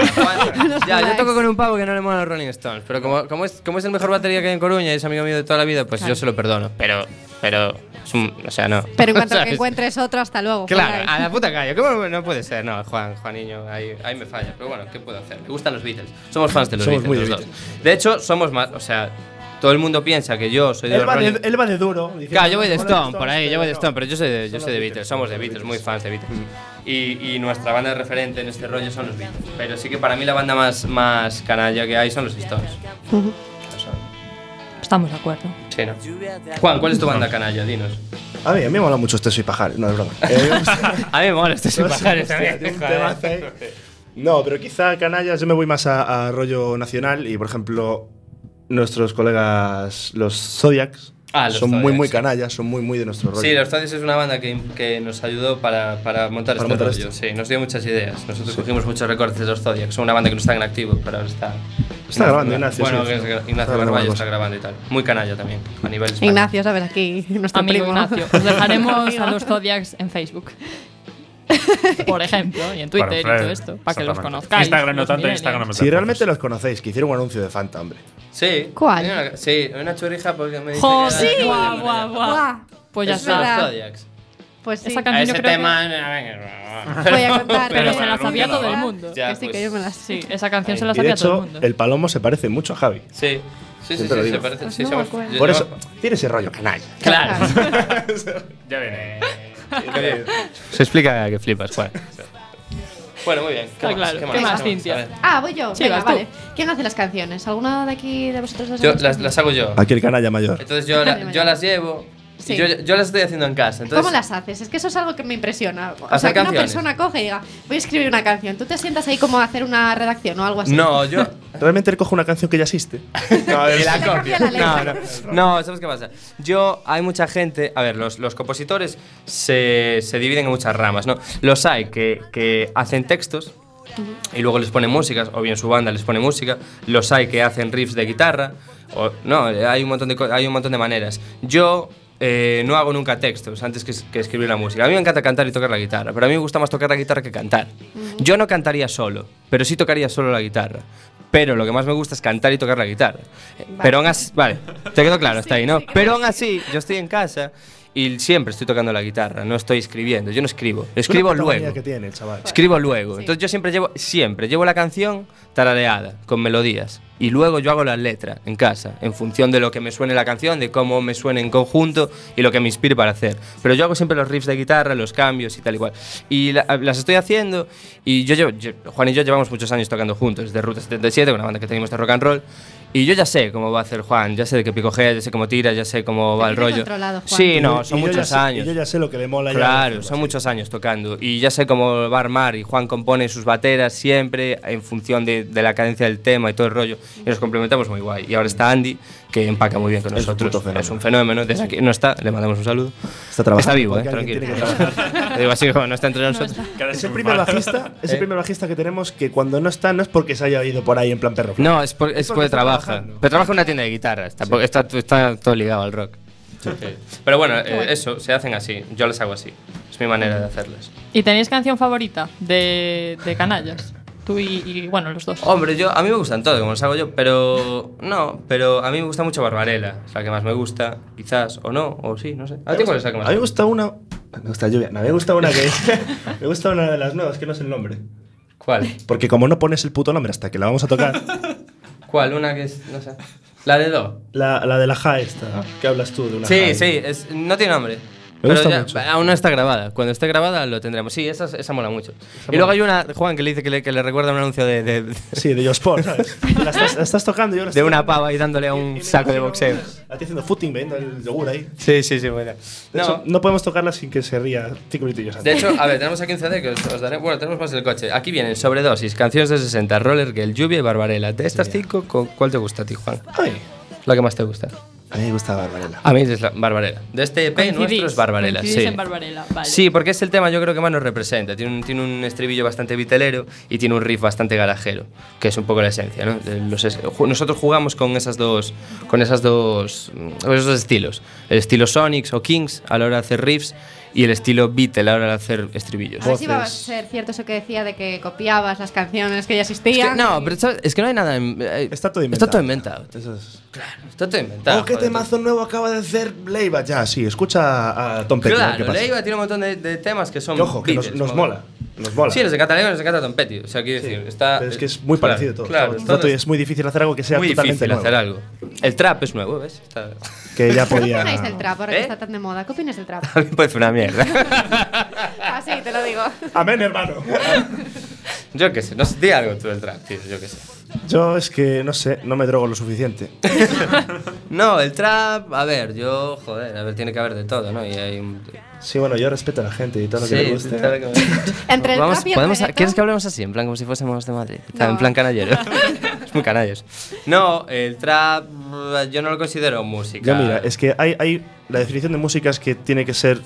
Speaker 11: ya, yo toco con un pavo que no le mola los Rolling Stones, pero como, como, es, como es el mejor batería que hay en Coruña y es amigo mío de toda la vida, pues yo se lo perdono. Pero, pero, es un- o sea, no.
Speaker 2: Pero en cuanto que
Speaker 11: ¿Sabes?
Speaker 2: encuentres otro, hasta luego.
Speaker 11: Claro, ah,
Speaker 2: Juan.
Speaker 11: a la puta calle, ¿cómo no puede ser? No, Juan, Juaniño, ahí, ahí me falla. Pero bueno, ¿qué puedo hacer? Me gustan los Beatles. Somos fans de los
Speaker 5: Somos
Speaker 11: Beatles,
Speaker 5: muy de
Speaker 11: los dos. De hecho, somos más, o sea, todo el mundo piensa que yo soy de
Speaker 5: Él
Speaker 11: los
Speaker 5: va de,
Speaker 11: Rolling
Speaker 5: él va de duro. diciendo,
Speaker 11: Claro, yo voy de
Speaker 5: "Hola,
Speaker 11: Stone, por ahí, yo voy de
Speaker 5: no".
Speaker 11: Stone, pero yo soy de, yo
Speaker 5: Son
Speaker 11: soy de
Speaker 5: los
Speaker 11: Beatles, somos de Beatles, muy fans de Beatles. Y, y nuestra banda de referente en este rollo son los Beatles. Pero sí que para mí la banda más, más canalla que hay son los Stones.
Speaker 1: Estamos de acuerdo.
Speaker 11: Sí, ¿no? Juan, ¿cuál es tu banda canalla? Dinos.
Speaker 5: A mí, a mí me mola mucho este soy pajares. No, es broma. Eh,
Speaker 11: A mí me mola este sin
Speaker 5: no sé, hostia, tiene un temazo ahí. No, pero quizá canallas, yo me voy más a, a rollo nacional y, por ejemplo, nuestros colegas, los Zodiacs,
Speaker 11: Ah, los
Speaker 5: son muy,
Speaker 11: Zodiacs.
Speaker 5: muy canallas, son muy, muy de nuestro rollo.
Speaker 11: Sí, los Tadies es una banda que, que nos ayudó para, para montar
Speaker 5: Para
Speaker 11: este
Speaker 5: montar
Speaker 11: rollo. Sí, nos dio muchas ideas. Nosotros cogimos muchos recortes de los Zodiacs. Son una banda que no está en activo, pero ahora está.
Speaker 5: Está grabando, Ignacio,
Speaker 11: Bueno,
Speaker 5: sí,
Speaker 11: que es-
Speaker 5: está-
Speaker 11: Ignacio
Speaker 5: está grabando
Speaker 11: Carballo
Speaker 5: algo.
Speaker 11: está grabando y tal. Muy canalla también, a nivel español.
Speaker 2: Ignacio, sabes, aquí nuestro
Speaker 1: Amigo
Speaker 2: primo.
Speaker 1: Ignacio, os dejaremos a los Zodiacs en Facebook. Por ejemplo, y en Twitter y
Speaker 11: pues,
Speaker 1: todo esto, para que los conozcáis. los millennials.
Speaker 5: Si realmente los conocéis, que hicieron un anuncio de Fanta, hombre.
Speaker 11: Sí.
Speaker 2: ¿Cuál?
Speaker 11: hay una- sí, hay una churija porque me dice.
Speaker 1: Jo,
Speaker 11: que-
Speaker 1: sí.
Speaker 11: que-
Speaker 1: Guau, guau, guau. Pues ya
Speaker 11: Es
Speaker 1: está.
Speaker 11: verdad. Los Zodiacs.
Speaker 2: Pues sí.
Speaker 1: Esa
Speaker 11: A
Speaker 1: canción yo
Speaker 11: ese
Speaker 1: creo
Speaker 11: tema.
Speaker 1: que-
Speaker 2: Voy a contar.
Speaker 1: Pero
Speaker 2: que-
Speaker 1: se la sabía todo el mundo.
Speaker 11: Ya,
Speaker 1: Que
Speaker 11: pues-
Speaker 1: yo me la- Sí, esa canción se la
Speaker 5: Y de
Speaker 1: sabía todo el
Speaker 5: hecho,
Speaker 1: mundo.
Speaker 5: el palomo se parece mucho a Javi.
Speaker 11: Sí, sí, sí,
Speaker 5: Siempre lo
Speaker 11: sí, se
Speaker 5: digo.
Speaker 11: parece. Sí, somos- yo-
Speaker 5: Por
Speaker 11: yo-
Speaker 5: eso, tiene ese rollo canalla.
Speaker 11: Claro.
Speaker 3: Pues, ya viene.
Speaker 11: Se explica que flipas, Juan. Bueno, muy bien.
Speaker 1: Está claro. ¿Qué más, Cintia?
Speaker 11: A ver.
Speaker 2: Ah, voy yo.
Speaker 1: Sí,
Speaker 2: Venga,
Speaker 1: vas tú.
Speaker 2: vale. ¿Quién hace las canciones? ¿Alguno de aquí de vosotros dos?
Speaker 11: Yo
Speaker 2: hace
Speaker 11: las, las hago yo.
Speaker 5: Aquí el canalla mayor.
Speaker 11: Entonces yo, la- yo las llevo. y
Speaker 2: Sí.
Speaker 11: Yo, yo las estoy haciendo en casa. Entonces,
Speaker 2: ¿Cómo las haces? Es que eso es algo que me impresiona. O sea,
Speaker 11: Hacer
Speaker 2: que una
Speaker 11: canciones.
Speaker 2: persona coge y diga, voy a escribir una canción. ¿Tú te sientas ahí como a hacer una redacción o algo así?
Speaker 11: yo.
Speaker 5: Realmente él coge una canción que ya existe. No,
Speaker 11: Y
Speaker 5: es-
Speaker 11: la
Speaker 2: copia
Speaker 11: copio.
Speaker 2: la
Speaker 11: No,
Speaker 2: letra.
Speaker 11: no, no, ¿sabes qué pasa? Yo, hay mucha gente. A ver, los, los compositores se, se dividen en muchas ramas, ¿no? Los hay que, que hacen textos y luego les ponen músicas, o bien su banda les pone música. Los hay que hacen riffs de guitarra. O, no, hay un montón de, co- hay un montón de maneras. Yo. eh, no hago nunca textos antes que, es- que escribir la música. A mí me encanta cantar y tocar la guitarra, pero a mí me gusta más tocar la guitarra que cantar. Yo no cantaría solo, pero sí tocaría solo la guitarra. Pero lo que más me gusta es cantar y tocar la guitarra. Eh, Pero aún así, vale, te quedó claro hasta ahí, ¿no? Pero aún así, yo estoy en casa y siempre estoy tocando la guitarra, no estoy escribiendo, yo no escribo,
Speaker 5: es una
Speaker 11: escribo
Speaker 5: patagonía
Speaker 11: luego.
Speaker 5: que tiene el chaval.
Speaker 11: Escribo luego. Entonces yo siempre llevo, siempre llevo la canción tarareada, con melodías. Y luego yo hago la letra en casa, en función de lo que me suene la canción, de cómo me suene en conjunto y lo que me inspire para hacer. Pero yo hago siempre los riffs de guitarra, los cambios y tal y cual. Y la- las estoy haciendo y yo, llevo- yo- Juan y yo llevamos muchos años tocando juntos, desde Ruta 77, una banda que teníamos de rock and roll. Y yo ya sé cómo va a hacer Juan, ya sé de qué picojea, ya sé cómo tira, ya sé cómo va el
Speaker 2: tiene
Speaker 11: rollo.
Speaker 2: controlado, Juan.
Speaker 11: Sí, no,
Speaker 5: Y
Speaker 11: son
Speaker 5: yo ya
Speaker 11: muchos
Speaker 5: sé- y
Speaker 11: años.
Speaker 5: yo ya sé lo que le mola ya.
Speaker 11: Claro, son muchos años tocando y ya sé cómo va a armar y Juan compone sus bateras siempre en función de, de la cadencia del tema y todo el rollo y nos complementamos muy guay. Y ahora está Andy que empaca muy bien con
Speaker 5: Es un
Speaker 11: nosotros.
Speaker 5: puto fenómeno.
Speaker 11: Es un fenómeno, desde aquí no está, le mandamos un saludo.
Speaker 5: Está trabajando,
Speaker 11: Está vivo, eh,
Speaker 5: porque alguien
Speaker 11: tranquilo.
Speaker 5: tiene
Speaker 11: Digo así, como no está entre nosotros.
Speaker 5: Es el primer bajista,
Speaker 11: Eh.
Speaker 5: es el primer bajista que tenemos que cuando no está no es porque se haya ido por ahí en plan perro.
Speaker 11: No, es, por-
Speaker 5: porque
Speaker 11: es porque
Speaker 5: está
Speaker 11: trabaja.
Speaker 5: trabajando.
Speaker 11: Pero trabaja en una tienda de guitarras, tampoco- está, está todo ligado al rock. Pero bueno, eh, eso, se hacen así, yo las hago así. Es mi manera de hacerlas.
Speaker 1: ¿Y tenéis canción favorita de, de Canallas? Tú y, y, bueno, los dos.
Speaker 11: Hombre, yo, a mí me gustan todos, como los hago yo, pero no, pero a mí me gusta mucho Barbarella, es la que más me gusta, quizás, o no, o sí, no sé. ¿A ti cuál es la que más
Speaker 5: A mí
Speaker 11: te
Speaker 5: me
Speaker 11: gusta?
Speaker 5: gusta una. Me gusta lluvia. No, me gusta una que es. me gusta una de las nuevas, que no es el nombre.
Speaker 11: ¿Cuál?
Speaker 5: Porque como no pones el puto nombre hasta que la vamos a tocar,
Speaker 11: ¿Cuál? Una que es, no sé. ¿La de Do?
Speaker 5: la, la de la ja esta, que hablas tú de una
Speaker 11: Sí,
Speaker 5: ja.
Speaker 11: sí, es- no tiene nombre.
Speaker 5: Me
Speaker 11: pero
Speaker 5: gusta
Speaker 11: ya-
Speaker 5: mucho.
Speaker 11: aún no está grabada. Cuando esté grabada lo tendremos. Sí, esa, esa mola mucho. y luego hay una, Juan, que le dice que le, que le recuerda un anuncio de, de,
Speaker 5: Sí, de Josport, ¿sabes? La estás, la estás tocando y yo la
Speaker 11: de
Speaker 5: estoy
Speaker 11: una pava y dándole a un saco de boxeo.
Speaker 5: A ti haciendo footing, bebiendo el yogur ahí.
Speaker 11: Sí, sí, sí, buena.
Speaker 5: De
Speaker 11: No.
Speaker 5: hecho, no podemos tocarla sin que se ría cinco minutillos
Speaker 11: De
Speaker 5: antes.
Speaker 11: hecho, a ver, tenemos aquí un CD que os, os daré. Bueno, tenemos más del coche. Aquí vienen sobredosis, canciones de 60, Roller Girl, Lluvia y Barbarella. De estas cinco, ¿cu- ¿cuál te gusta a ti, Juan? La que más te gusta.
Speaker 5: A mí me gusta Barbarella.
Speaker 11: A mí es la Barbarella. De este EP
Speaker 1: Coincidís,
Speaker 11: nuestro es Barbarella,
Speaker 1: coincidís
Speaker 11: sí.
Speaker 1: en Barbarella, vale.
Speaker 11: Sí, porque es el tema yo creo que más nos representa. Tiene un, tiene un estribillo bastante vitelero y tiene un riff bastante garajero, que es un poco la esencia, ¿no? De los es- ju- nosotros jugamos con esas dos con esas dos mm, con esos dos estilos, el estilo Sonics o Kings a la hora de hacer riffs y el estilo beat a la hora de hacer estribillos.
Speaker 2: A ver si iba a ser cierto eso que decía de que copiabas las canciones que ya existían.
Speaker 11: Es que- no, pero ¿sabes? es que no hay nada. en- eh, está todo inventado. Está todo inventado. Claro, está todo inventado.
Speaker 5: Oh, qué
Speaker 11: joder.
Speaker 5: temazo nuevo acaba de hacer Leiva. Ya, sí, escucha a Tom Petty. a ver qué
Speaker 11: Claro,
Speaker 5: pasa.
Speaker 11: Leiva tiene un montón de, de temas que son.
Speaker 5: Que ojo, que nos-
Speaker 11: Beatles,
Speaker 5: nos
Speaker 11: ¿no?
Speaker 5: mola, nos mola.
Speaker 11: Sí, nos encanta Leiva, nos encanta Tom Petty. O sea, quiero decir, está.
Speaker 5: Pero es que es muy
Speaker 11: claro,
Speaker 5: parecido todo.
Speaker 11: Claro,
Speaker 5: Todo el
Speaker 11: está-
Speaker 5: rato y es muy difícil hacer algo que sea
Speaker 11: muy
Speaker 5: totalmente
Speaker 11: difícil
Speaker 5: nuevo.
Speaker 11: hacer algo. El trap es nuevo, ¿ves? Está-
Speaker 5: Que ya
Speaker 2: ¿Qué opináis
Speaker 5: podía.
Speaker 2: del trap
Speaker 11: ¿Eh?
Speaker 2: ahora que está tan de moda? ¿Qué opináis del trap?
Speaker 11: A mí me parece una mierda.
Speaker 2: Así te lo digo.
Speaker 5: Amén, hermano.
Speaker 11: Yo qué sé, no sé, di algo tú del trap, tío, yo qué sé.
Speaker 5: Yo es que no sé, no me drogo lo suficiente.
Speaker 11: No, el trap, a ver, yo, joder, a ver, tiene que haber de todo, ¿no? Y hay un.
Speaker 5: Sí, bueno, yo respeto a la gente y todo lo que
Speaker 11: Sí,
Speaker 5: le guste.
Speaker 11: todo lo que me-
Speaker 2: Entre el
Speaker 11: Vamos,
Speaker 2: trap y el
Speaker 11: podemos-
Speaker 2: reggaetón-
Speaker 11: ¿Quieres que hablemos así? En plan, como si fuésemos de Madrid.
Speaker 2: No.
Speaker 11: En plan canallero. Muy canallas. No, el trap eh, yo no lo considero música.
Speaker 5: Ya mira, es que hay, hay- la definición de música es que tiene que ser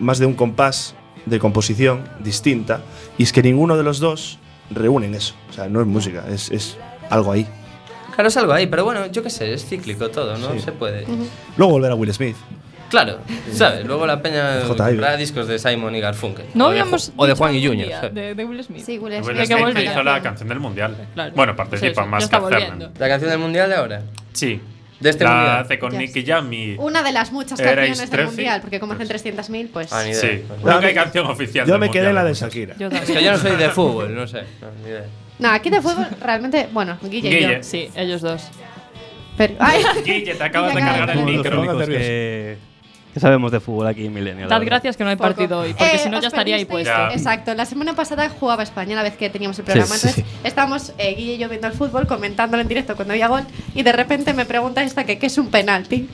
Speaker 5: más de un compás de composición distinta y es que ninguno de los dos reúnen eso. O sea, no es música, es, es algo ahí.
Speaker 11: Claro, es algo ahí, pero bueno, yo qué sé, es cíclico todo, ¿no?
Speaker 5: Sí.
Speaker 11: Se puede.
Speaker 5: Luego volver a Will Smith.
Speaker 11: Claro, ¿sabes? Luego la peña
Speaker 5: J. Iver.
Speaker 11: compraba discos de Simon y Garfunkel.
Speaker 1: No
Speaker 11: o, de,
Speaker 1: habíamos
Speaker 11: Ju- o de
Speaker 1: dicho
Speaker 11: Juan y
Speaker 1: algún
Speaker 11: Junior.
Speaker 1: día
Speaker 11: ¿sabes?
Speaker 1: De, de Will Smith.
Speaker 2: Sí, Will
Speaker 3: Will
Speaker 1: Hay
Speaker 3: Smith
Speaker 1: que
Speaker 3: que
Speaker 1: volver.
Speaker 3: hizo la canción del mundial.
Speaker 1: Claro.
Speaker 3: Bueno, participa
Speaker 1: Sí, sí, ya
Speaker 3: más que
Speaker 1: está
Speaker 3: hacerla.
Speaker 1: volviendo.
Speaker 11: ¿La canción del mundial de ahora?
Speaker 3: Sí.
Speaker 11: De este
Speaker 3: la
Speaker 11: mundial.
Speaker 3: hace con
Speaker 2: Ya
Speaker 3: Nicky Jam y.
Speaker 2: Una de las muchas
Speaker 3: Erais
Speaker 2: canciones del
Speaker 3: 13.
Speaker 2: mundial, porque como hacen 300.000, pues.
Speaker 11: Ah, ni idea.
Speaker 3: Sí.
Speaker 11: Pues
Speaker 3: Nunca
Speaker 11: no.
Speaker 3: hay canción oficial.
Speaker 5: Yo
Speaker 3: del
Speaker 5: me quedé en
Speaker 3: mundial.
Speaker 5: la de Shakira.
Speaker 1: Yo
Speaker 11: Es que yo no soy de fútbol, no sé. No, ni idea.
Speaker 2: No, aquí de fútbol realmente. Bueno, Guille, y
Speaker 3: Guille.
Speaker 2: yo.
Speaker 1: Sí, ellos dos.
Speaker 2: Pero. ¡Ay!
Speaker 3: Guille, te acabas de
Speaker 2: Guille
Speaker 3: cargar
Speaker 2: acaba
Speaker 3: el
Speaker 4: Como los
Speaker 3: micro.
Speaker 4: únicos que, que sabemos de fútbol aquí en Millennial. la
Speaker 1: Dad
Speaker 4: verdad.
Speaker 1: gracias que no hay
Speaker 2: Poco.
Speaker 1: partido hoy, porque
Speaker 2: Eh,
Speaker 1: si no
Speaker 2: os
Speaker 1: ya estaría ahí
Speaker 2: perdisteis-
Speaker 1: puesto.
Speaker 3: Ya.
Speaker 2: Exacto, la semana pasada jugaba España la vez que teníamos el programa.
Speaker 4: Sí,
Speaker 2: Entonces,
Speaker 4: sí.
Speaker 2: estábamos eh, Guille y yo viendo el fútbol, comentándolo en directo cuando había gol, y de repente me pregunta esta que qué es un penalti.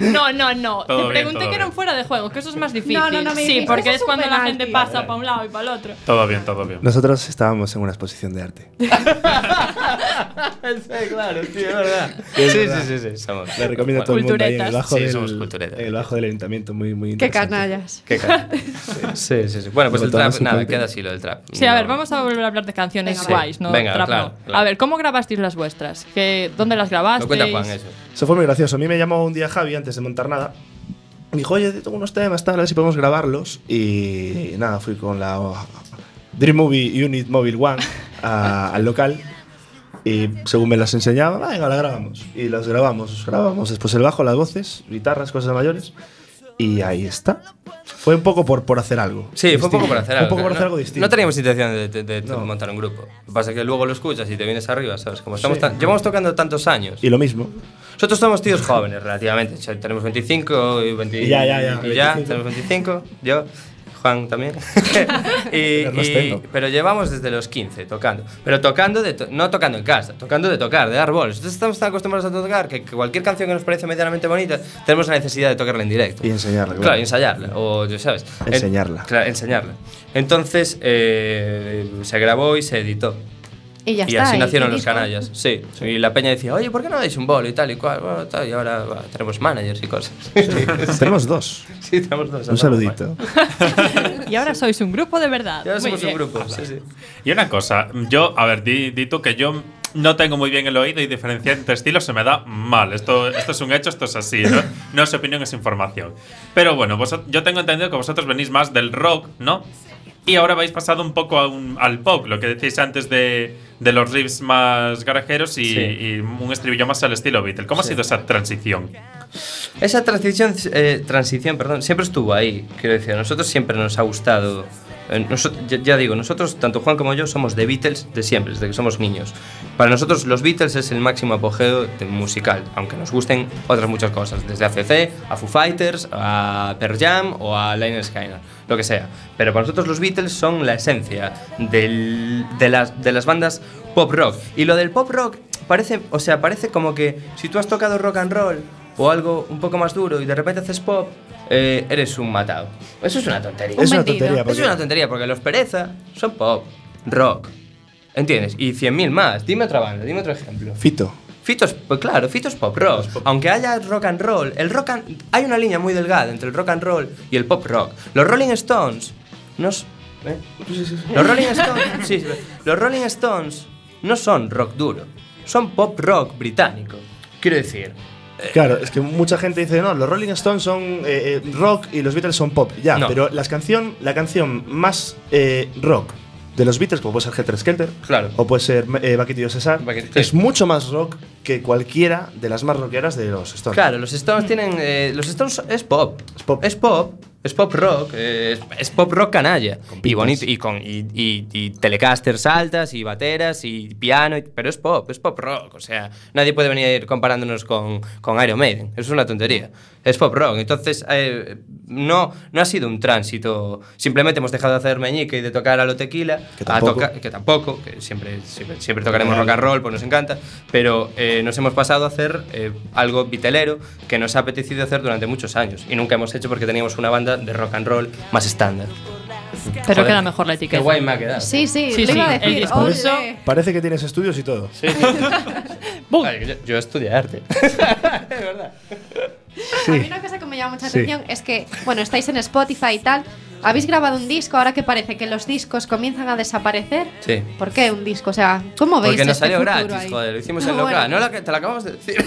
Speaker 1: No, no, no.
Speaker 3: Todo
Speaker 1: Te
Speaker 3: bien,
Speaker 1: pregunté
Speaker 3: todo
Speaker 1: que era un
Speaker 3: bien.
Speaker 1: fuera de juego, que eso es más difícil.
Speaker 2: No, no, no me
Speaker 1: sí,
Speaker 2: dijiste,
Speaker 1: porque
Speaker 2: eso
Speaker 1: es,
Speaker 2: es un
Speaker 1: cuando la
Speaker 2: penalti.
Speaker 1: gente pasa para un lado y para el otro.
Speaker 3: Todo bien, todo bien.
Speaker 5: Nosotros estábamos en una exposición de arte.
Speaker 11: Sí, claro, tío, es verdad.
Speaker 5: Sí,
Speaker 11: Sí,
Speaker 5: es
Speaker 11: sí,
Speaker 5: verdad.
Speaker 11: sí, sí, somos.
Speaker 5: Le recomiendo a todo el mundo ahí en el
Speaker 11: Culturetas.
Speaker 5: bajo,
Speaker 11: Sí,
Speaker 5: del,
Speaker 11: somos culturetas.
Speaker 5: en el bajo del ayuntamiento. Muy, muy
Speaker 2: qué
Speaker 5: interesante.
Speaker 2: canallas.
Speaker 11: Qué ca- sí, sí, sí. Bueno, pues el
Speaker 5: Botón
Speaker 11: trap,
Speaker 5: azul
Speaker 11: nada,
Speaker 5: para ti.
Speaker 11: queda así lo del trap.
Speaker 1: Sí, a ver,
Speaker 11: No.
Speaker 1: vamos a volver a hablar de canciones
Speaker 11: Venga, va.
Speaker 1: guays, ¿no?
Speaker 11: Venga,
Speaker 1: Trap,
Speaker 11: claro,
Speaker 1: no.
Speaker 11: claro.
Speaker 1: A ver, ¿cómo grabasteis las vuestras? ¿Qué, ¿Dónde las grabasteis?
Speaker 11: Lo cuenta Juan eso.
Speaker 5: Eso fue muy gracioso. A mí me llamó un día Javi antes de montar nada. Me dijo, oye, tengo unos temas, tal, a ver si podemos grabarlos. Y nada, fui con la oh, Dream Movie Unit Mobile One a- al local. Y según me las enseñaba, "Ah, venga, la grabamos. Y las grabamos, grabamos. Después el bajo, las voces, guitarras, cosas mayores. Y ahí está. Fue un poco por, por hacer algo.
Speaker 11: Sí, fue un poco por hacer algo.
Speaker 5: Un poco por
Speaker 11: no,
Speaker 5: hacer algo distinto.
Speaker 11: No teníamos intención de, de- de
Speaker 5: No.
Speaker 11: montar un grupo. Lo que pasa es que luego lo escuchas y te vienes arriba, ¿sabes? Como estamos
Speaker 5: Sí.
Speaker 11: tan- llevamos tocando tantos años.
Speaker 5: Y lo mismo.
Speaker 11: Nosotros somos tíos jóvenes, relativamente. O sea, tenemos 25 y 20
Speaker 5: Y ya, ya, ya,
Speaker 11: y ya,
Speaker 5: 25.
Speaker 11: tenemos 25. Yo, Juan también. Y-
Speaker 5: Los
Speaker 11: y-
Speaker 5: tengo.
Speaker 11: pero llevamos desde los 15 tocando. Pero tocando, de to- no tocando en casa, tocando de tocar, de dar bolos. Entonces estamos tan acostumbrados a tocar que que cualquier canción que nos parece medianamente bonita, tenemos la necesidad de tocarla en directo.
Speaker 5: Y enseñarla,
Speaker 11: Claro,
Speaker 5: claro.
Speaker 11: ensayarla, o ya sabes. En-
Speaker 5: Enseñarla.
Speaker 11: claro, enseñarla. Entonces eh, se grabó y se editó.
Speaker 2: Y ya
Speaker 11: y
Speaker 2: está.
Speaker 11: así
Speaker 2: y-
Speaker 11: nacieron
Speaker 2: y
Speaker 11: los
Speaker 2: disco.
Speaker 11: canallas, sí. Y la peña decía, oye, ¿por qué no dais un bolo y tal y cual? Bueno, tal, y ahora bah, tenemos managers y cosas.
Speaker 5: Tenemos dos.
Speaker 11: sí, tenemos dos.
Speaker 5: Un saludito.
Speaker 1: Y ahora sois un grupo de verdad.
Speaker 11: Y ahora
Speaker 1: Muy
Speaker 11: somos un
Speaker 1: bien.
Speaker 2: Ah,
Speaker 11: grupo, sí, sí.
Speaker 3: Y una cosa, yo, a ver, di, di tú que yo no tengo muy bien el oído y diferenciar entre estilos se me da mal. Esto, esto es un hecho, esto es así, ¿no? No es opinión, es información. Pero bueno, vosot- yo tengo entendido que vosotros venís más del rock, ¿no? Y ahora habéis pasado un poco a un- al pop, lo que decís antes de, de los riffs más garajeros y,
Speaker 11: Sí.
Speaker 3: y un estribillo más al estilo Beatle. ¿Cómo ha
Speaker 11: Sí.
Speaker 3: sido esa transición?
Speaker 11: Esa transición, eh, transición perdón, siempre estuvo ahí, quiero decir. A nosotros siempre nos ha gustado. eh, noso- ya, ya digo, nosotros, tanto Juan como yo, somos de Beatles de siempre, desde que somos niños. Para nosotros, los Beatles es el máximo apogeo de- musical, aunque nos gusten otras muchas cosas, desde ACC, a Foo Fighters, a Pearl Jam o a Liner Skyner, lo que sea. Pero para nosotros, los Beatles son la esencia del- de, las, de las bandas pop rock. Y lo del pop rock parece, o sea, parece como que si tú has tocado rock and roll o algo un poco más duro y de repente haces pop, eh, eres un matado. Eso es una tontería.
Speaker 5: Es una
Speaker 2: bandido.
Speaker 5: tontería.
Speaker 11: Es
Speaker 5: porque-
Speaker 11: una tontería porque los pereza son pop, rock. ¿Entiendes? Y 100.000 más. Dime otra banda, dime otro ejemplo.
Speaker 5: Fito.
Speaker 11: Fitos, pues claro, Fitos pop rock. Aunque haya rock and roll, el rock and- hay una línea muy delgada entre el rock and roll y el pop rock. Los Rolling Stones no s- ¿eh? Los Rolling Stones, sí, sí, los Rolling Stones no son rock duro, son pop rock británico. Quiero decir,
Speaker 5: Claro, es que mucha gente dice, no, los Rolling Stones son eh, eh, rock y los Beatles son pop. Ya,
Speaker 11: No.
Speaker 5: pero las canción, la canción más eh, rock de los Beatles, como puede ser Helter Skelter,
Speaker 11: Claro.
Speaker 5: o puede ser eh, Vaquetillo César,
Speaker 11: Bucket- sí.
Speaker 5: es mucho más rock que cualquiera de las más rockeras de los Stones.
Speaker 11: Claro, los Stones tienen. eh, los Stones es pop. Es
Speaker 5: pop.
Speaker 11: Es pop. Es pop rock, eh, es, es pop rock canalla. Y bonito, y con y, y- y telecasters altas, y bateras, y piano, y- pero es pop, es pop rock. O sea, nadie puede venir comparándonos con, con Iron Maiden. Es una tontería. Es pop rock. Entonces, eh, no, no ha sido un tránsito. Simplemente hemos dejado de hacer meñique y de tocar a lo tequila.
Speaker 5: Que
Speaker 11: a
Speaker 5: tampoco.
Speaker 11: toca- que tampoco, que siempre, siempre, siempre tocaremos rock and roll, pues nos encanta, pero eh, nos hemos pasado a hacer eh, algo vitelero que nos ha apetecido hacer durante muchos años y nunca hemos hecho porque teníamos una banda de rock and roll más estándar.
Speaker 1: Pero queda mejor la etiqueta.
Speaker 11: Qué guay me ha quedado.
Speaker 2: Sí, sí,
Speaker 1: Sí,
Speaker 2: lo
Speaker 1: sí,
Speaker 2: iba a
Speaker 1: el
Speaker 2: decir.
Speaker 1: discurso-
Speaker 2: ole.
Speaker 5: Parece que tienes estudios y todo.
Speaker 11: Sí. Vale, yo, yo estudié arte.
Speaker 2: A mí una cosa que me llama mucha
Speaker 11: Sí.
Speaker 2: atención es que, bueno, estáis en Spotify y tal. Habéis grabado un disco ahora que parece que los discos comienzan a desaparecer.
Speaker 11: Sí.
Speaker 2: ¿Por qué un disco? O sea, ¿cómo veis?
Speaker 11: Porque nos
Speaker 2: este
Speaker 11: salió
Speaker 2: futuro
Speaker 11: gratis,
Speaker 2: ahí?
Speaker 11: joder. Lo hicimos en
Speaker 2: No,
Speaker 11: local.
Speaker 2: bueno.
Speaker 11: No, la que- te la acabamos de decir.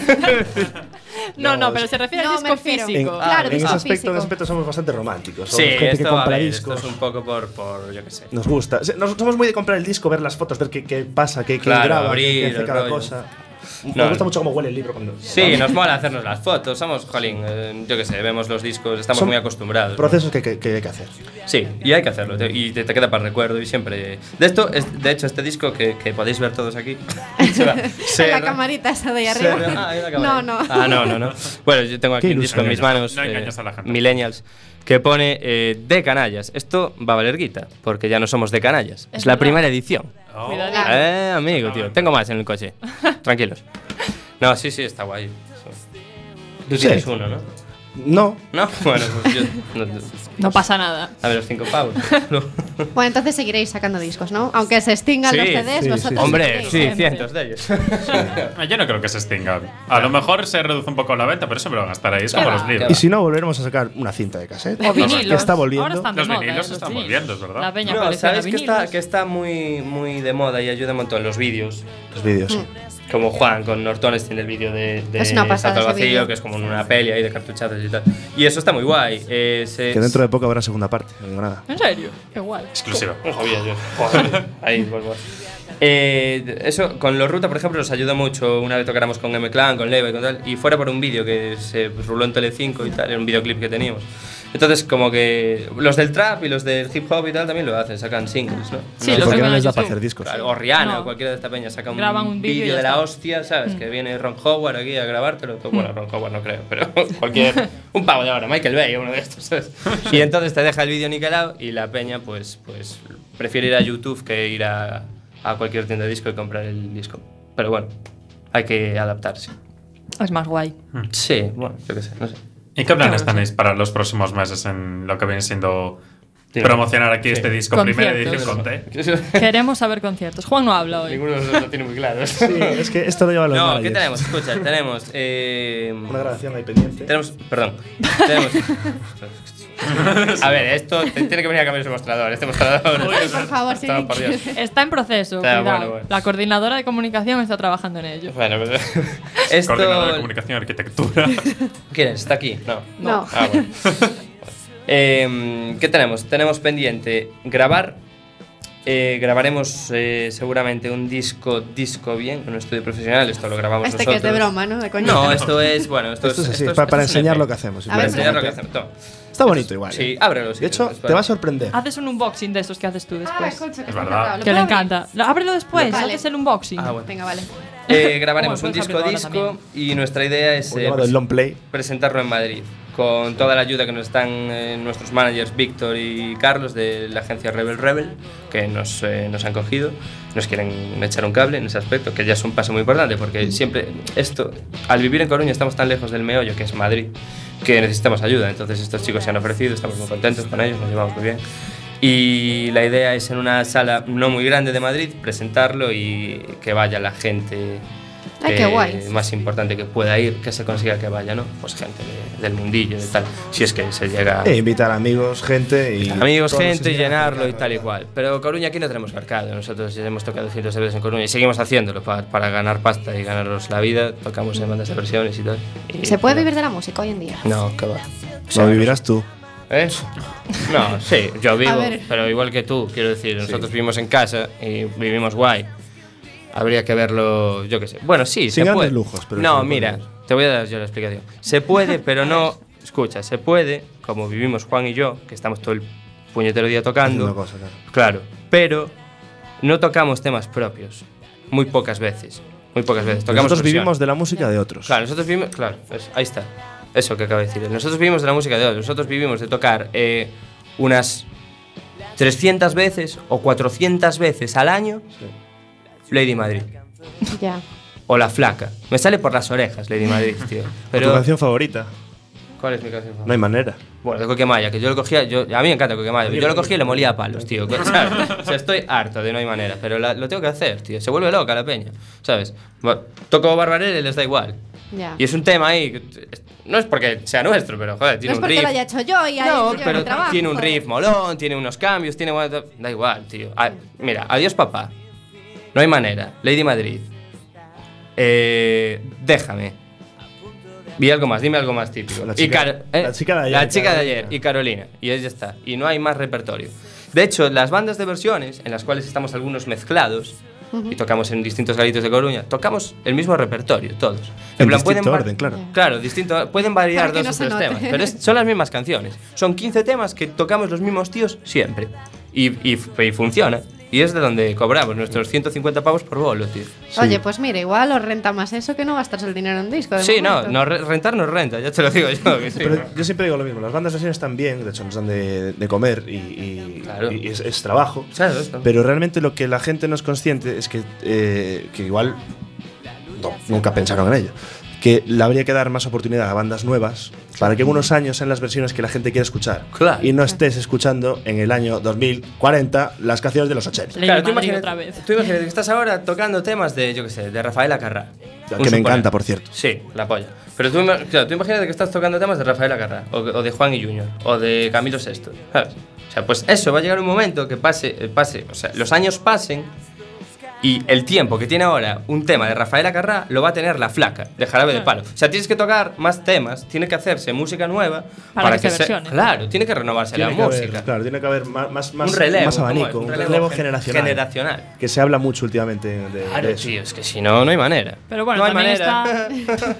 Speaker 1: No, no, pero se refiere
Speaker 2: No,
Speaker 1: al
Speaker 2: me
Speaker 1: disco
Speaker 2: refiero.
Speaker 1: físico.
Speaker 5: En,
Speaker 2: Claro,
Speaker 5: en ese
Speaker 2: disco
Speaker 5: aspecto, en
Speaker 2: físico.
Speaker 5: ese aspecto somos bastante románticos.
Speaker 11: Sí,
Speaker 5: Somos gente que
Speaker 11: esto, a
Speaker 5: compra
Speaker 11: ver,
Speaker 5: discos.
Speaker 11: esto es un poco por, por yo qué sé.
Speaker 5: Nos gusta. Se- Nos, somos muy de comprar el disco, ver las fotos, ver qué, qué pasa, qué, qué
Speaker 11: Claro,
Speaker 5: graba,
Speaker 11: abrir
Speaker 5: qué hace
Speaker 11: el
Speaker 5: cada
Speaker 11: rollo.
Speaker 5: cosa.
Speaker 11: No,
Speaker 5: Nos gusta
Speaker 11: no.
Speaker 5: mucho cómo huele el libro cuando.
Speaker 11: Sí, nos mola hacernos las fotos. Somos, jolín, eh, yo qué sé, vemos los discos, estamos
Speaker 5: Son
Speaker 11: muy acostumbrados.
Speaker 5: Procesos que, que- que hay que hacer.
Speaker 11: Sí, y hay que hacerlo, te- y te, te queda para recuerdo y siempre... De esto, es- de hecho, este disco que, que podéis ver todos aquí... se va- se
Speaker 2: En la
Speaker 11: re-
Speaker 2: camarita esa de ahí
Speaker 11: se
Speaker 2: arriba.
Speaker 11: re- ah, en la
Speaker 2: no,
Speaker 11: cámara.
Speaker 2: no.
Speaker 11: Ah, no, no, no. Bueno, yo tengo aquí
Speaker 3: Qué
Speaker 11: un disco en mis
Speaker 3: ilusión.
Speaker 11: manos,
Speaker 3: No engañas a la
Speaker 11: eh, Millennials, que pone eh, De Canallas. Esto va a valer guita, porque ya no somos De Canallas.
Speaker 1: Es
Speaker 11: Es, la
Speaker 1: verdad.
Speaker 11: primera edición.
Speaker 1: Cuidadito.
Speaker 11: Eh, amigo, tío. Tengo más en el coche. Tranquilos. No, sí, sí, está guay. Tú
Speaker 5: Sí.
Speaker 11: tienes uno, ¿no?
Speaker 5: No.
Speaker 11: No, bueno, pues yo... no- no-
Speaker 1: No pasa nada.
Speaker 11: a ver, los cinco pavos. No.
Speaker 2: Bueno, entonces seguiréis sacando discos, ¿no? Aunque se extingan los CDs, vosotros.
Speaker 11: Hombre,
Speaker 2: seguiréis.
Speaker 11: sí, cientos de ellos.
Speaker 3: Ah, Yo no creo que se extinga. A lo mejor se reduce un poco la venta, pero siempre van a estar ahí. Es como los libros.
Speaker 5: Y si no, volveremos a sacar una cinta de cassette.
Speaker 3: O
Speaker 5: que
Speaker 3: vinilos.
Speaker 5: está volviendo.
Speaker 3: Ahora están de Los moda, vinilos eh, están los vinilos. volviendo, es verdad. La peña
Speaker 11: no,
Speaker 3: colecciona
Speaker 11: sabes que
Speaker 3: vinilos.
Speaker 11: está, que está muy, muy de moda y ayuda un montón los vídeos.
Speaker 5: Los vídeos.
Speaker 11: Como Juan con Nortones tiene el vídeo de, de
Speaker 2: Es una pasada
Speaker 11: Salto al
Speaker 2: ese
Speaker 11: Vacío,
Speaker 2: vídeo.
Speaker 11: que es como una peli ahí de cartuchadas y tal. Y eso está muy guay. Eh, se-
Speaker 5: Que dentro de poco habrá segunda parte. No digo nada.
Speaker 1: ¿En serio? Qué guay.
Speaker 11: Exclusiva. No sabía yo. Joder. Ahí, vuelvo. Eh, eso, con los Ruta, por ejemplo, nos ayuda mucho. Una vez tocáramos con M-Clan, con Leva y con tal. Y fuera por un vídeo que se ruló en Telecinco y tal, era un videoclip que teníamos. Entonces, como que los del trap y los del hip hop y tal también lo hacen, sacan singles, ¿no?
Speaker 5: Sí, No, lo porque sacan no les en da para YouTube. hacer discos.
Speaker 11: Claro, o Rihanna
Speaker 5: No.
Speaker 11: o cualquiera de esta peña saca un,
Speaker 1: Graban un vídeo y
Speaker 11: vídeo
Speaker 1: ya
Speaker 11: de la
Speaker 1: está.
Speaker 11: hostia, ¿sabes? Que viene Ron Howard aquí a grabártelo. Bueno, Ron Howard no creo, pero cualquier. un pavo de ahora, Michael Bay, uno de estos, ¿sabes? Y entonces te deja el vídeo niquelado y la peña, pues, pues prefiere ir a YouTube que ir a, a cualquier tienda de disco y comprar el disco. Pero bueno, hay que adaptarse.
Speaker 1: Es más guay.
Speaker 11: Sí, bueno, yo qué sé, no sé.
Speaker 3: ¿Y qué planes tenéis para los próximos meses en lo que viene siendo promocionar aquí este disco? Primera edición con T.
Speaker 1: Queremos saber conciertos. Juan no habla hoy.
Speaker 11: Ninguno de nosotros lo tiene muy claro.
Speaker 5: Es que esto lo lleva a los
Speaker 11: No, ¿qué
Speaker 5: managers.
Speaker 11: tenemos? Escucha, tenemos. eh,
Speaker 5: Una grabación ahí pendiente.
Speaker 11: Tenemos. Perdón. Tenemos. A ver, esto te- tiene que venir a cambiar ese mostrador. Este mostrador.
Speaker 2: Por favor, sí.
Speaker 11: Está, por Dios.
Speaker 1: Está en proceso.
Speaker 11: Está,
Speaker 1: cuidado.
Speaker 11: bueno, bueno.
Speaker 1: La coordinadora de comunicación está trabajando en ello.
Speaker 11: Bueno, pero. Esto...
Speaker 3: Coordinador de comunicación y arquitectura.
Speaker 11: ¿Quién es? ¿Está aquí? No.
Speaker 1: No.
Speaker 11: Ah, bueno. Em, ¿Qué tenemos? Tenemos pendiente grabar. Eh, grabaremos eh, seguramente un disco, disco bien, en un estudio profesional. Esto lo grabamos
Speaker 2: Este que
Speaker 11: nosotros.
Speaker 2: es de broma, ¿no? De coña.
Speaker 11: No, esto es, bueno, esto,
Speaker 5: Esto es así,
Speaker 11: esto
Speaker 5: pa- para
Speaker 11: esto un
Speaker 5: enseñar
Speaker 11: EP.
Speaker 5: lo que hacemos,
Speaker 11: Para
Speaker 5: simplemente.
Speaker 11: enseñar lo que hacemos. toma.
Speaker 5: Está bonito igual. ¿eh?
Speaker 11: Sí, ábrelo. pues,
Speaker 5: De hecho, te va a sorprender.
Speaker 1: Haces un unboxing de estos que haces tú después.
Speaker 2: escucha,
Speaker 5: que Es está verdad. encantado. ¿Lo
Speaker 1: Que le
Speaker 5: puedo
Speaker 1: encanta. Lo- Ábrelo después,
Speaker 2: Vale.
Speaker 1: haces el unboxing.
Speaker 11: Ah, bueno.
Speaker 2: Venga, vale.
Speaker 11: Eh, grabaremos
Speaker 1: Bueno,
Speaker 11: un
Speaker 1: puedes
Speaker 11: disco
Speaker 1: abrirlo ahora
Speaker 11: disco y nuestra idea es
Speaker 5: O
Speaker 11: eh,
Speaker 5: llamado el long play.
Speaker 11: presentarlo en Madrid con toda la ayuda que nos están eh, nuestros managers Víctor y Carlos de la agencia Rebel Rebel que nos, eh, nos han cogido nos quieren echar un cable en ese aspecto que ya es un paso muy importante porque siempre esto al vivir en Coruña estamos tan lejos del meollo que es Madrid que necesitamos ayuda entonces estos chicos se han ofrecido estamos muy contentos con ellos nos llevamos muy bien y la idea es en una sala no muy grande de Madrid presentarlo y que vaya la gente
Speaker 2: Ay, qué guay.
Speaker 11: más importante que pueda ir, que se consiga que vaya, ¿no? Pues gente de- del mundillo, de tal. Si es que se llega.
Speaker 5: E invitar amigos, gente y.
Speaker 11: Amigos,
Speaker 5: todos los
Speaker 11: gente,
Speaker 5: que quieran
Speaker 11: llenarlo y tal y cual. Pero Coruña aquí no tenemos mercado. Nosotros ya hemos tocado cientos de veces en Coruña y seguimos haciéndolo pa- para, ganar pasta y ganarnos la vida. Tocamos en bandas de versiones y tal. Y-
Speaker 2: ¿Se puede vivir de la música hoy en día?
Speaker 11: No, que va.
Speaker 5: hacer. Lo vivirás tú.
Speaker 11: ¿Eh? No, sí, yo
Speaker 2: A
Speaker 11: vivo,
Speaker 2: ver.
Speaker 11: pero igual que tú, quiero decir, nosotros vivimos en casa y vivimos guay. Habría que verlo, yo qué sé. Bueno, sí,
Speaker 5: Sin
Speaker 11: se
Speaker 5: grandes
Speaker 11: puede.
Speaker 5: lujos, pero
Speaker 11: no,
Speaker 5: se puede
Speaker 11: mira, te voy a dar yo la explicación. Se puede, pero no, escucha, se puede, como vivimos Juan y yo, que estamos todo el puñetero día tocando.
Speaker 5: Haciendo cosas, claro.
Speaker 11: Claro, pero no tocamos temas propios, muy pocas veces. Muy pocas veces. Tocamos
Speaker 5: Nosotros
Speaker 11: versiones.
Speaker 5: vivimos de la música de otros.
Speaker 11: Claro, nosotros vivimos. Claro, eso, ahí está. Eso que acabo de decir. Nosotros vivimos de la música de hoy. Nosotros vivimos de tocar eh, unas 300 veces o 400 veces al año Lady Madrid.
Speaker 2: Ya.
Speaker 11: O La Flaca. Me sale por las orejas Lady Madrid, tío.
Speaker 5: ¿Tu
Speaker 11: Pero,
Speaker 5: canción favorita?
Speaker 11: ¿Cuál es mi canción favorita?
Speaker 5: No hay manera.
Speaker 11: Bueno, de Coquemaya, que yo lo cogía, yo, a mí me encanta Coquemaya, pero yo lo
Speaker 12: pero-
Speaker 11: cogía y le molía a palos, tío. que- ¿sabes? O sea, estoy harto de no hay manera, pero la- lo tengo que hacer, tío. Se vuelve loca la peña, ¿sabes? Bueno, toco Barbarella y les da igual.
Speaker 2: Ya.
Speaker 11: Y es un tema ahí, que t- es- no es porque sea nuestro, pero joder,
Speaker 2: No
Speaker 11: tiene
Speaker 2: es
Speaker 11: un
Speaker 2: porque
Speaker 11: riff.
Speaker 2: lo haya hecho yo y haya
Speaker 11: No,
Speaker 2: hecho yo mi
Speaker 11: pero
Speaker 2: trabajo.
Speaker 11: tiene un riff molón, tiene unos cambios, tiene. guay- Da igual, tío. A- mira, adiós, papá. No hay manera. Lady Madrid. Eh, déjame. Vi algo más, dime algo más típico.
Speaker 5: La
Speaker 11: Y
Speaker 5: chica-
Speaker 11: Car- eh,
Speaker 5: la chica de ayer,
Speaker 11: La chica de
Speaker 5: Carolina.
Speaker 11: ayer y Carolina. Y ahí ya está. Y no hay más repertorio. De hecho, las bandas de versiones, en las cuales estamos algunos mezclados
Speaker 2: Ujú.
Speaker 11: y tocamos en distintos galitos de Coruña, tocamos el mismo repertorio, todos.
Speaker 5: En
Speaker 11: plan,
Speaker 5: distinto
Speaker 11: va-
Speaker 5: orden, claro.
Speaker 11: Claro, distinto. Pueden variar
Speaker 2: Para que
Speaker 11: dos
Speaker 2: no
Speaker 11: o
Speaker 2: se
Speaker 11: tres
Speaker 2: note.
Speaker 11: temas, pero es- son las mismas canciones. Son 15 temas que tocamos los mismos tíos siempre. Y, y- y funciona. Y es de donde cobramos nuestros 150 pavos por bolo, tío.
Speaker 2: Oye, pues mira, igual os renta más eso que no gastarse el dinero en un disco. de
Speaker 11: Sí, no,
Speaker 2: momento.
Speaker 11: no, re- rentar no renta, ya te lo digo yo. que sí.
Speaker 5: Pero yo siempre digo lo mismo, las bandas así están bien, de hecho nos dan de, de comer y, y- y es, es trabajo.
Speaker 11: Claro, eso.
Speaker 5: Pero realmente lo que la gente no es consciente es que, eh, que igual no, nunca pensaron en ello. Que le habría que dar más oportunidad a bandas nuevas para que en unos años sean las versiones que la gente quiere escuchar.
Speaker 11: Claro.
Speaker 5: Y no estés escuchando en el año 2040 las canciones de los 80.
Speaker 11: Claro, tú imagínate, tú imagínate que estás ahora tocando temas de, yo qué sé, de Rafaela Carrá.
Speaker 5: Que
Speaker 11: Un
Speaker 5: me
Speaker 11: suponer.
Speaker 5: encanta, por cierto.
Speaker 11: Sí, la polla. Pero tú, ima- claro, tú imagínate que estás tocando temas de Rafaela Carrá, o, o de Juan y Junior, o de Camilo VI, ¿sabes? O sea, pues eso, va a llegar un momento que pase, eh, pase, o sea, los años pasen y el tiempo que tiene ahora un tema de Rafaela Carrá lo va a tener la flaca de Jarabe de Palo. O sea, tienes que tocar más temas, tiene que hacerse música nueva
Speaker 5: Para que se
Speaker 11: se-
Speaker 5: versione.
Speaker 11: Claro, tiene que renovarse
Speaker 5: Tiene
Speaker 11: la
Speaker 5: que haber,
Speaker 11: música.
Speaker 5: claro, tiene que haber más, más, más-
Speaker 11: un relevo,
Speaker 5: más
Speaker 11: ¿cómo es?
Speaker 5: abanico, un relevo, generacional,
Speaker 11: generacional.
Speaker 5: Que se habla mucho últimamente de, de
Speaker 11: Claro,
Speaker 5: eso.
Speaker 11: tío, es que si no, no hay manera.
Speaker 1: Pero bueno,
Speaker 11: No hay
Speaker 1: también,
Speaker 11: manera.
Speaker 1: está,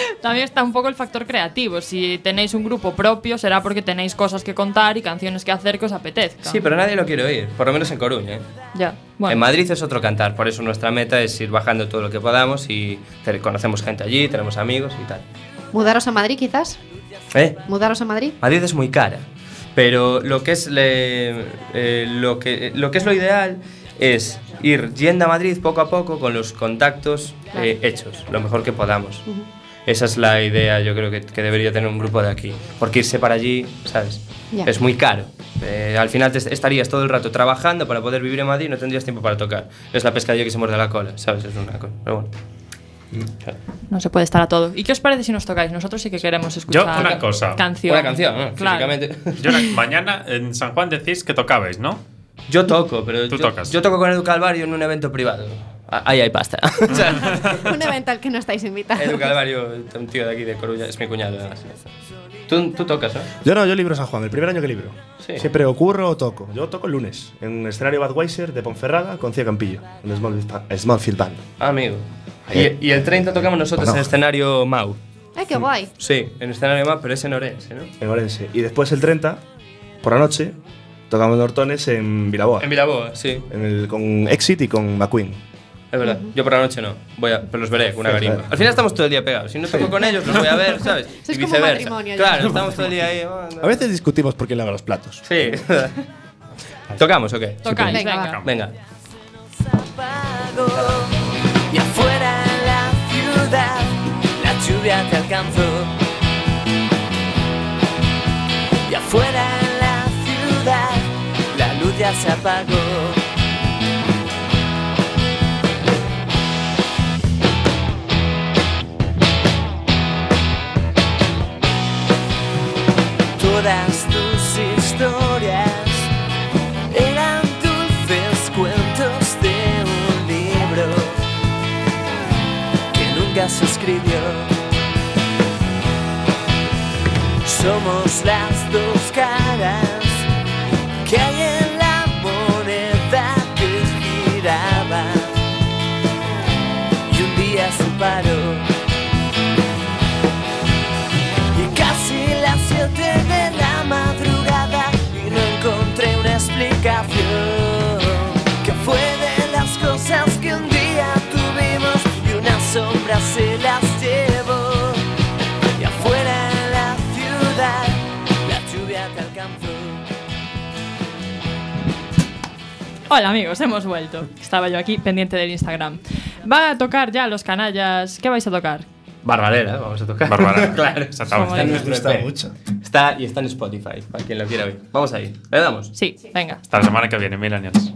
Speaker 1: también está un poco el factor creativo. Si tenéis un grupo propio, será porque tenéis cosas que contar y canciones que hacer que os apetezca.
Speaker 11: Sí, pero nadie lo quiere oír, por lo menos en Coruña. ¿eh?
Speaker 1: Ya, bueno.
Speaker 11: En Madrid es otro cantar, por eso nuestra meta es ir bajando todo lo que podamos y te- conocemos gente allí, tenemos amigos y tal.
Speaker 2: Mudaros a Madrid, quizás.
Speaker 11: ¿Eh?
Speaker 2: Mudaros a Madrid.
Speaker 11: Madrid es muy cara, pero lo que es, le- eh, lo, que, lo que es lo ideal es ir yendo a Madrid poco a poco con los contactos eh, hechos, lo mejor que podamos. Esa es la idea, yo creo que, que debería tener un grupo de aquí. Porque irse para allí, ¿sabes?
Speaker 2: Ya.
Speaker 11: Es muy caro. Eh, al final te est- estarías todo el rato trabajando para poder vivir en Madrid y no tendrías tiempo para tocar. Es la pescadilla que se muerde la cola, ¿sabes? Es una cosa. Pero bueno.
Speaker 1: No se puede estar a todo. ¿Y qué os parece si nos tocáis? Nosotros sí que queremos escuchar
Speaker 3: Yo, una cosa.
Speaker 1: canción.
Speaker 11: Una canción, ¿no?
Speaker 1: Claro.
Speaker 3: Yo ahora- mañana en San Juan decís que tocabais, ¿no?
Speaker 11: Yo toco, pero
Speaker 3: tú
Speaker 11: yo,
Speaker 3: tocas.
Speaker 11: yo toco con Edu Calvario en un evento privado. Ah, Ahí hay pasta. O sea,
Speaker 2: un evento al que no estáis invitados.
Speaker 11: Edu Calvario, un tío de aquí de Coruña, es mi cuñado además. Tú, tú tocas, ¿no?
Speaker 5: Yo no, yo libro San Juan, el primer año que libro.
Speaker 11: Sí.
Speaker 5: Siempre ocurro o toco. Yo toco el lunes, en un escenario Budweiser de Ponferrada con Cía Campillo, en Smallfield Ba- Smallfield Band.
Speaker 11: Ah, amigo. Y, y el 30 tocamos nosotros en el escenario Mau.
Speaker 2: ¡Ay, qué guay!
Speaker 11: Sí, en el escenario Mau, pero es en Orense, ¿no?
Speaker 5: En Orense. Y después el 30, por la noche, tocamos en Hortones en Vilaboa.
Speaker 11: En Vilaboa, sí.
Speaker 5: En el- con Exit y con McQueen.
Speaker 11: Es verdad, yo por la noche no, voy a, pero los veré con una
Speaker 5: Sí,
Speaker 11: garimba.
Speaker 5: claro.
Speaker 11: Al final estamos todo el día pegados, si no toco con ellos los voy a ver, ¿sabes?
Speaker 2: Sois
Speaker 11: y
Speaker 2: como
Speaker 11: viceversa.
Speaker 2: matrimonio ya.
Speaker 11: claro, estamos todo el día ahí. oh,
Speaker 5: A veces discutimos por quién lava los platos.
Speaker 11: Sí. ¿Tocamos o qué?
Speaker 5: Tocáis,
Speaker 11: Sí,
Speaker 5: venga,
Speaker 11: tocamos.
Speaker 5: va.
Speaker 11: Venga.
Speaker 13: Y afuera en la ciudad la lluvia te alcanzó. Y afuera en la ciudad la luz ya se apagó. Todas tus historias eran dulces cuentos de un libro que nunca se escribió. Somos las dos caras que hay en la moneda que giraba y un día se paró. Y casi las siete de la madrugada y no encontré una explicación. Que fue de las cosas que un día tuvimos y una sombra se las llevó. Y afuera en la ciudad la lluvia te alcanzó.
Speaker 1: Hola amigos, hemos vuelto. Estaba yo aquí pendiente del Instagram. Va a tocar ya los canallas. ¿Qué vais a tocar?
Speaker 11: Barbarera, ¿eh? vamos a tocar.
Speaker 3: Barbarera,
Speaker 11: claro.
Speaker 3: exactamente.
Speaker 11: Está en nuestro
Speaker 14: Gusta
Speaker 11: EP.
Speaker 14: mucho.
Speaker 11: Está y está en Spotify, para quien lo quiera oír. Vamos ahí. ¿Le damos?
Speaker 1: Sí, venga.
Speaker 3: Hasta la semana que viene, Millennials.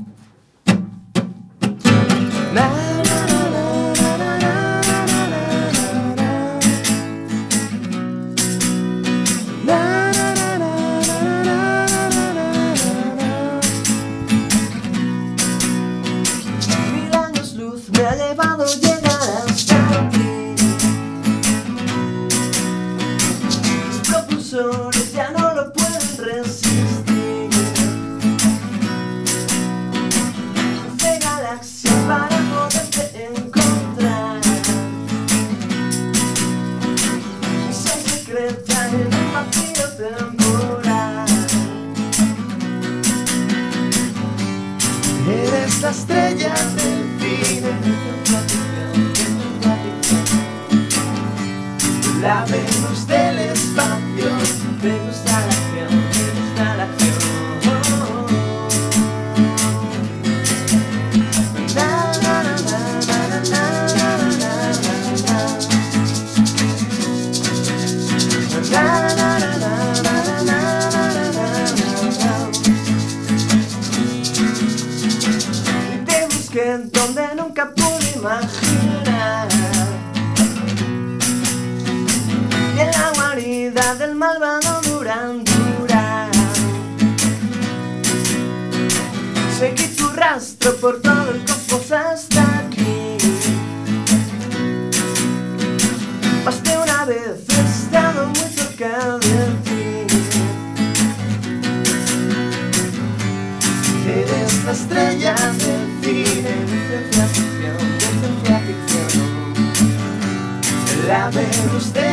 Speaker 5: Milagros luz me ha llevado a llegar hasta ti. Mis propulsores ya no lo pueden resistir. Doce galaxias para poderte encontrar. Misión secreta en un vacío temporal. Eres la estrella del cine. La Venus del espacio. Me gusta la acción, me gusta la acción. Na, na, na, na, na, na, na, na, na. Na, na, na, na, na, na, na, na, na. Y te busqué donde nunca pude imaginar. Y en la guarida del malvado Durán Durán. Seguí tu rastro por todo el cosmos hasta aquí. Más de una vez he estado muy cerca de ti. Eres la estrella del cine, ciencia ficción, de ciencia ficción. La Venus del